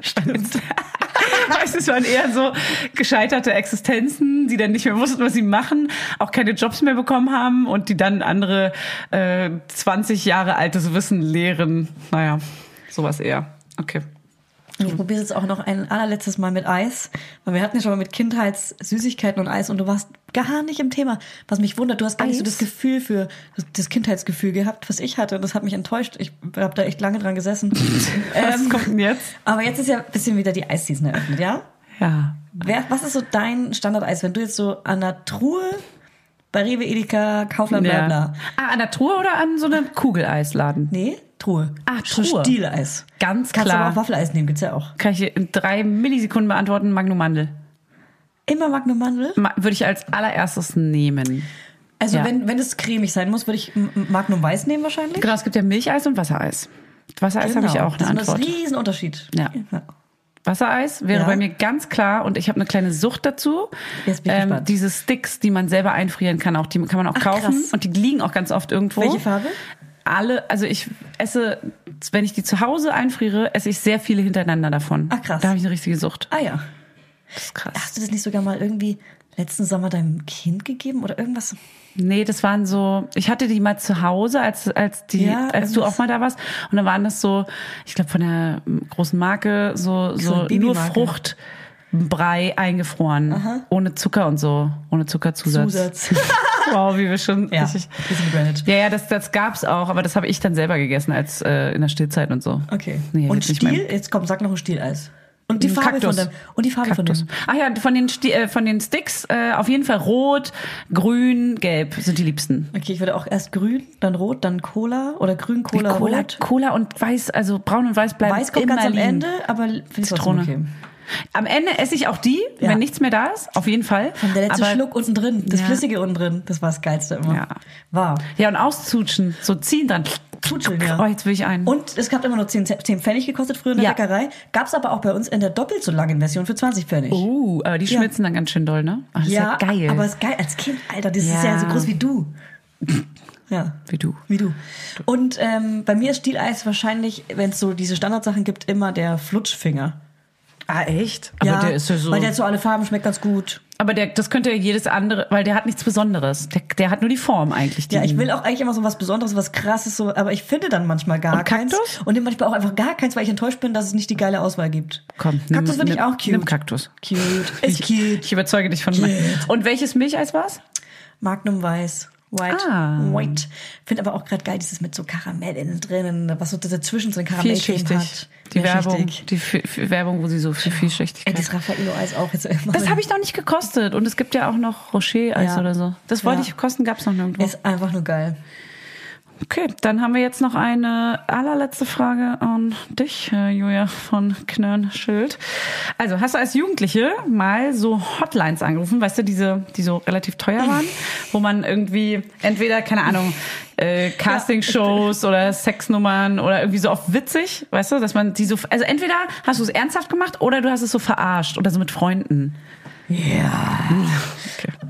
Stand jetzt- Weißt du, es waren eher so gescheiterte Existenzen, die dann nicht mehr wussten, was sie machen, auch keine Jobs mehr bekommen haben und die dann andere äh, 20 Jahre altes Wissen lehren. Naja, sowas eher. Okay.
Und Ich probiere es jetzt auch noch ein allerletztes Mal mit Eis, weil wir hatten ja schon mal mit Kindheitssüßigkeiten und Eis und du warst gar nicht im Thema. Was mich wundert, du hast gar nicht so
Eis?
das Gefühl für das, das Kindheitsgefühl gehabt, was ich hatte und das hat mich enttäuscht. Ich habe da echt lange dran gesessen.
Was
Ähm,
kommt denn jetzt?
aber jetzt ist ja ein bisschen wieder die Eisseason eröffnet, ja?
Ja.
Wer, was ist so dein Standard-Eis, wenn du jetzt so an der Truhe bei Rewe, Edeka, Kaufland, bla
ja.
bla.
Ah, an der Truhe oder an so einem Kugel-Eisladen?
Nee, Truhe.
Ah,
So
Truhe.
Stieleis.
Ganz
Kannst du aber auch
klar.
Waffeleis nehmen, gibt's ja auch.
Kann ich hier in drei Millisekunden beantworten, Magnum Mandel.
Immer Magnum Mandel.
Ma- würde ich als allererstes nehmen.
Also
Ja.
wenn, wenn es cremig sein muss, würde ich M- M- Magnum Weiß nehmen wahrscheinlich. Genau.
Genau, es gibt ja Milcheis und Wassereis. Wassereis habe ich auch
das
eine
ist ein
Antwort.
Riesenunterschied.
Ja. Wassereis wäre
Ja.
bei mir ganz klar und ich habe eine kleine Sucht dazu. Ähm,
Jetzt bin ich gespannt.
diese Sticks, die man selber einfrieren kann, auch die kann man auch kaufen
krass.
und die liegen auch ganz oft irgendwo.
Welche Farbe?
Alle, also ich esse, wenn ich die zu Hause einfriere, esse ich sehr viele hintereinander davon.
Ah, krass.
Da habe ich eine richtige Sucht.
Ah ja.
Das ist krass.
Hast du das nicht sogar mal irgendwie letzten Sommer deinem Kind gegeben oder irgendwas?
Nee, das waren so, ich hatte die mal zu Hause, als, als die,
Ja, also
als du
irgendwas-
auch mal da warst. Und dann waren das so, ich glaube, von der ähm, großen Marke, so,
So
so
eine
nur
Babymarke.
Fruchtbrei eingefroren. Ohne Zucker und so. Ohne Zuckerzusatz.
Zusatz.
wow, wie wir schon
ja.
richtig.
Bisschen gebrandet.
Ja, ja, das, das gab's auch, aber das habe ich dann selber gegessen als äh, in der Stillzeit und so.
Okay.
Nee,
und
jetzt nicht mehr.
Stiel? Jetzt komm, sag noch ein Stieleis. Und die
Ein
Farbe
Kaktus.
von dem. Und die Farbe
Kaktus.
von dem.
Ach ja, von den, Sti äh, von den Sticks äh, auf jeden Fall rot, grün, gelb sind die liebsten.
Okay, ich würde auch erst grün, dann rot, dann Cola oder grün, Cola,
Cola,
rot.
Cola und weiß, also braun und weiß bleiben
Weiß kommt
immer
ganz am
liegen.
Ende, aber finde ich trotzdem
Zitrone.
okay.
Am Ende esse ich auch die,
Ja.
wenn nichts mehr da ist, auf jeden Fall.
Und der letzte
Aber-
Schluck unten drin, das
Ja.
Flüssige unten drin, das war das Geilste immer.
Ja.
War.
Ja, und auszutschen, so ziehen dann.
Tutscheln, ja.
Oh, jetzt will ich einen.
Und es gab immer nur 10, Ze- 10 Pfennig gekostet früher in der
Ja.
Bäckerei. Gab es aber auch bei uns in der doppelt so langen Version für 20 Pfennig.
uh, aber die schmitzen dann ganz schön doll, ne? Ach, das ist ja geil.
aber es ist geil als Kind, Alter, das ist ja
Ja.
so groß wie du. Ja.
Wie du.
Wie du. Und ähm, bei mir ist Stieleis wahrscheinlich, wenn es so diese Standardsachen gibt, immer der Flutschfinger.
ah, echt? Aber der ist ja so.
Weil der hat so alle Farben, schmeckt ganz gut.
aber der, das könnte ja jedes andere, weil der hat nichts Besonderes. Der, der hat nur die Form eigentlich. Die
Ja, ich will auch eigentlich immer so was Besonderes, was Krasses, so, aber ich finde dann manchmal gar
Und
keins.
Kaktus?
Und nehme manchmal auch einfach gar keins, weil ich enttäuscht bin, dass es nicht die geile Auswahl gibt.
Komm, nimm-
Kaktus finde ich
nimm-
auch cute.
nimm Kaktus.
Cute. Ist cute.
Ich überzeuge dich von meinem. Und welches Milcheis war's?
Magnum Weiß. White.
Ah.
White. Finde aber auch gerade geil, dieses mit so Karamell innen drinnen, was so dazwischen so ein Karamellcreme hat.
Die Werbung,
Mehrschichtig.
die F F Werbung, wo sie so viel Vielschichtigkeit.
Ey, das Raffaello-Eis auch jetzt immer.
Das habe ich noch nicht gekostet. Und es gibt ja auch noch Rocher-Eis
Ja.
oder so. Das wollte
Ja.
ich kosten, gab es noch nirgendwo.
Ist einfach nur geil.
Okay, dann haben wir jetzt noch eine allerletzte Frage an dich, äh, Julia von Knörnschild. Also, hast du als Jugendliche mal so Hotlines angerufen, weißt du, diese, die so relativ teuer waren, wo man irgendwie entweder, keine Ahnung, äh, Casting-Shows oder Sexnummern oder irgendwie so oft witzig, weißt du, dass man die so, also entweder hast du es ernsthaft gemacht oder du hast es so verarscht oder so mit Freunden.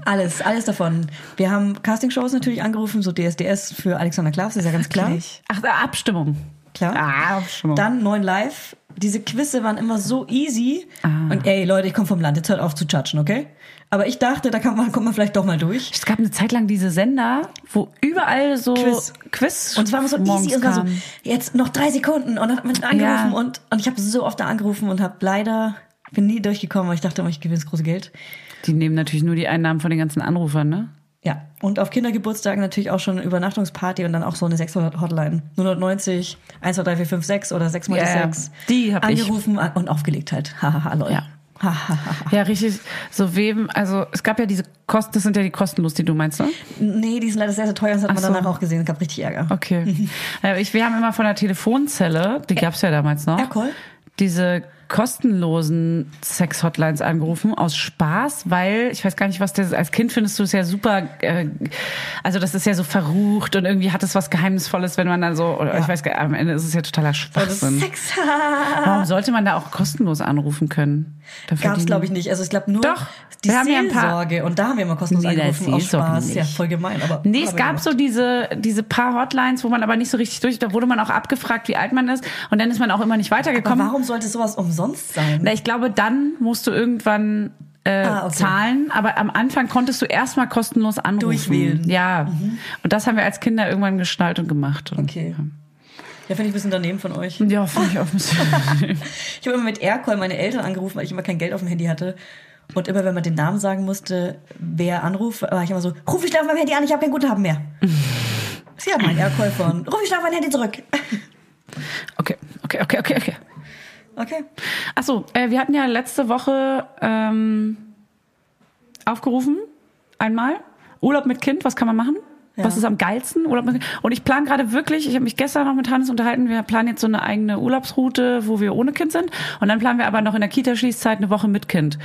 Alles, alles davon. Wir haben Castingshows natürlich angerufen, so DSDS für Alexander Klavs, ist ja ganz klar.
Ach, Abstimmung.
Klar.
Ah, Abstimmung.
Dann neun live. Diese Quizze waren immer so easy.
Ah.
Und ey, Leute, ich komme vom Land, jetzt hört auf zu judgen, okay? Aber ich dachte, da kann man, kommt man vielleicht doch mal durch.
Es gab eine Zeit lang diese Sender, wo überall so
Quiz.
Quiz,
Und es war immer so
morgens
easy und es war so,
kamen.
jetzt noch drei Sekunden. Und dann hat man angerufen
Ja.
und, und ich habe so oft da angerufen und habe leider, bin nie durchgekommen, weil ich dachte immer, ich gewinne das große Geld.
Die nehmen natürlich nur die Einnahmen von den ganzen Anrufern, ne?
Ja, und auf Kindergeburtstagen natürlich auch schon eine Übernachtungsparty und dann auch so eine 600 Hotline. 090 12345 oder 6 mal
Ja, ja.
6.
Die hab ich.
Angerufen an- und aufgelegt halt. Hahaha, lol.
Ja. ja, richtig. So Weben, also es gab ja diese Kosten, das sind ja die kostenlos, die du meinst, ne?
Nee, die sind leider sehr, sehr teuer. Das hat
Ach
man
so.
danach auch gesehen. Es gab richtig Ärger.
Okay. Äh, ich, wir haben immer von der Telefonzelle, die gab's ja damals noch,
Ercol?
diese kostenlosen Sex-Hotlines angerufen aus Spaß, weil ich weiß gar nicht, was das als Kind findest du es ja super, äh, also das ist ja so verrucht und irgendwie hat es was Geheimnisvolles, wenn man dann so, oder ich weiß gar am Ende ist es ja totaler Schwachsinn.
Sex.
Warum sollte man da auch kostenlos anrufen können?
Gab es, glaube ich, nicht. Also ich glaube nur
Doch,
die
wir haben ja ein paar-
Seelsorge. und da haben wir immer kostenlos
Nee, das
angerufen aus
Seelsorge
Spaß.
nicht.
Ja, voll gemein. Aber
Nee, es
aber
gab
ja.
so diese, diese paar Hotlines, wo man aber nicht so richtig durch, da wurde man auch abgefragt, wie alt man ist. Und dann ist man auch immer nicht
Aber
weitergekommen.
warum sollte sowas umsonst sein?
Na, ich glaube, dann musst du irgendwann äh,
Ah, okay.
zahlen, aber am Anfang konntest du erstmal kostenlos anrufen.
Durchwählen.
Ja.
Mhm.
Und das haben wir als Kinder irgendwann geschnallt und gemacht. Und,
Okay. Ja, finde ich ein bisschen daneben von euch.
Ja, finde ich offensichtlich.
Ich habe immer mit Aircall meine Eltern angerufen, weil ich immer kein Geld auf dem Handy hatte. Und immer, wenn man den Namen sagen musste, wer anruft, war ich immer so, ruf mich schnell auf meinem Handy an, ich habe kein Guthaben mehr. Sie haben einen Aircall von, ruf mich schnell auf mein Handy zurück.
okay, okay, okay, okay, okay.
Okay.
Achso, äh, wir hatten ja letzte Woche ähm, aufgerufen, einmal, Urlaub mit Kind, was kann man machen? Was ist am geilsten? Urlaub mit kind? Und ich plane gerade wirklich, ich habe mich gestern noch mit Hannes unterhalten, wir planen jetzt so eine eigene Urlaubsroute, wo wir ohne Kind sind. Und dann planen wir aber noch in der Kita-Schließzeit eine Woche mit Kind.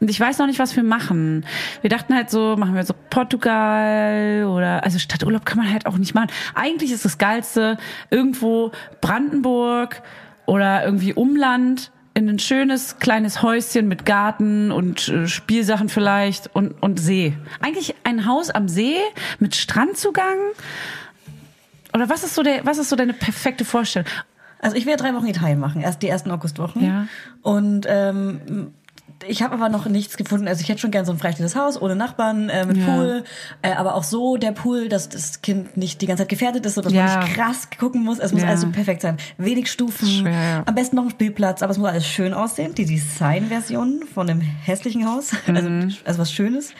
Und ich weiß noch nicht, was wir machen. Wir dachten halt so, machen wir so Portugal oder, also Stadturlaub kann man halt auch nicht machen. Eigentlich ist das Geilste irgendwo Brandenburg oder irgendwie Umland in ein schönes kleines Häuschen mit Garten und äh, Spielsachen vielleicht und, und See. Eigentlich ein Haus am See mit Strandzugang. Oder was ist so der, was ist so deine perfekte Vorstellung?
Also ich werde drei Wochen Italien machen, erst die ersten Augustwochen.
Ja.
Und ähm, ich habe aber noch nichts gefunden. Also ich hätte schon gern so ein freistehendes Haus ohne Nachbarn, äh, mit
Ja.
Pool, äh, aber auch so der Pool, dass das Kind nicht die ganze Zeit gefährdet ist, sodass
Ja.
man nicht krass gucken muss. Es muss
Ja.
alles so perfekt sein. Wenig Stufen,
Schwer, ja.
am besten noch ein Spielplatz, aber es muss alles schön aussehen. Die Design-Version von einem hässlichen Haus,
Mhm.
also, also was Schönes.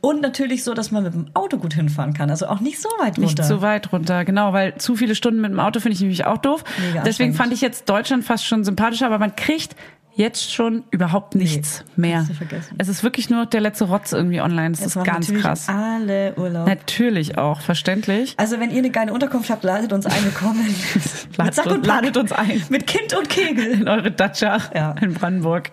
Und natürlich so, dass man mit dem Auto gut hinfahren kann. Also auch nicht so weit runter.
Nicht so weit runter, genau, weil zu viele Stunden mit dem Auto finde ich nämlich auch doof.
Mega
Deswegen
anstrengend.
fand ich jetzt Deutschland fast schon sympathischer, aber man kriegt jetzt schon überhaupt nichts mehr.
kannst du vergessen.
Es ist wirklich nur der letzte Rotz irgendwie online. Das
Das
ist
machen
ganz
natürlich
krass.
Alle Urlaub.
Natürlich auch, verständlich.
Also wenn ihr eine geile Unterkunft habt, ladet uns ein. Willkommen.
Ladet uns- ladet uns ein.
Mit Kind und Kegel.
in eure Datscha
Ja.
in Brandenburg.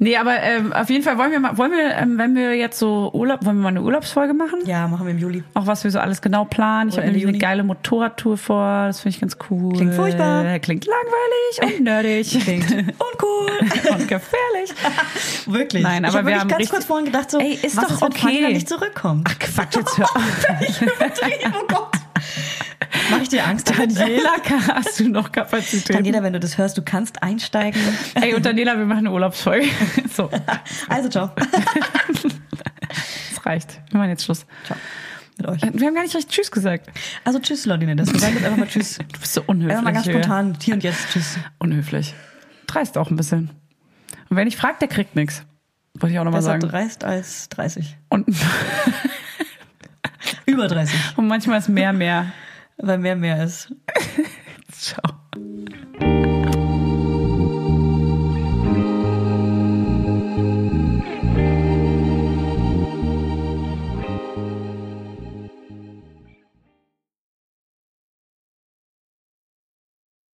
Nee, aber ähm, auf jeden Fall wollen wir mal, wollen wir, ähm, wenn wir jetzt so Urlaub, wollen wir mal eine Urlaubsfolge machen?
Ja, machen wir im Juli.
Auch was wir so alles genau planen. Ich
Oder
habe nämlich
Ende
eine
Juni.
geile Motorradtour vor. Das finde ich ganz cool.
Klingt furchtbar.
Klingt langweilig und nerdig.
Klingt uncool.
und gefährlich.
Wirklich.
Nein, aber
ich hab
wir
wirklich
haben
ganz
richtig-
kurz vorhin gedacht so,
Ey, ist
was
doch
ist, wenn
okay.
Fanny da nicht zurückkommt?
Ach Quatsch, jetzt hör auf.
ich bin betrieben, oh Gott. Mach ich dir Angst?
Daniela, hast du noch Kapazität?
Daniela, wenn du das hörst, du kannst einsteigen.
Ey, und Daniela, wir machen eine Urlaubsfolge. So,
Also, ciao.
das reicht. Wir machen jetzt Schluss.
Ciao. Mit euch.
Äh, Wir haben gar nicht recht Tschüss gesagt.
Also, tschüss, Lodine. Das wir sagen jetzt einfach mal tschüss.
Du bist so unhöflich.
Einfach mal ganz
Julia.
spontan, hier und jetzt, tschüss.
unhöflich. Dreist auch ein bisschen. Und wer nicht fragt, der kriegt nichts. Wollte ich auch nochmal
Besser
sagen.
dreist als 30.
Und,
Über 30,
und manchmal ist mehr mehr.
weil mehr mehr ist.
Ciao.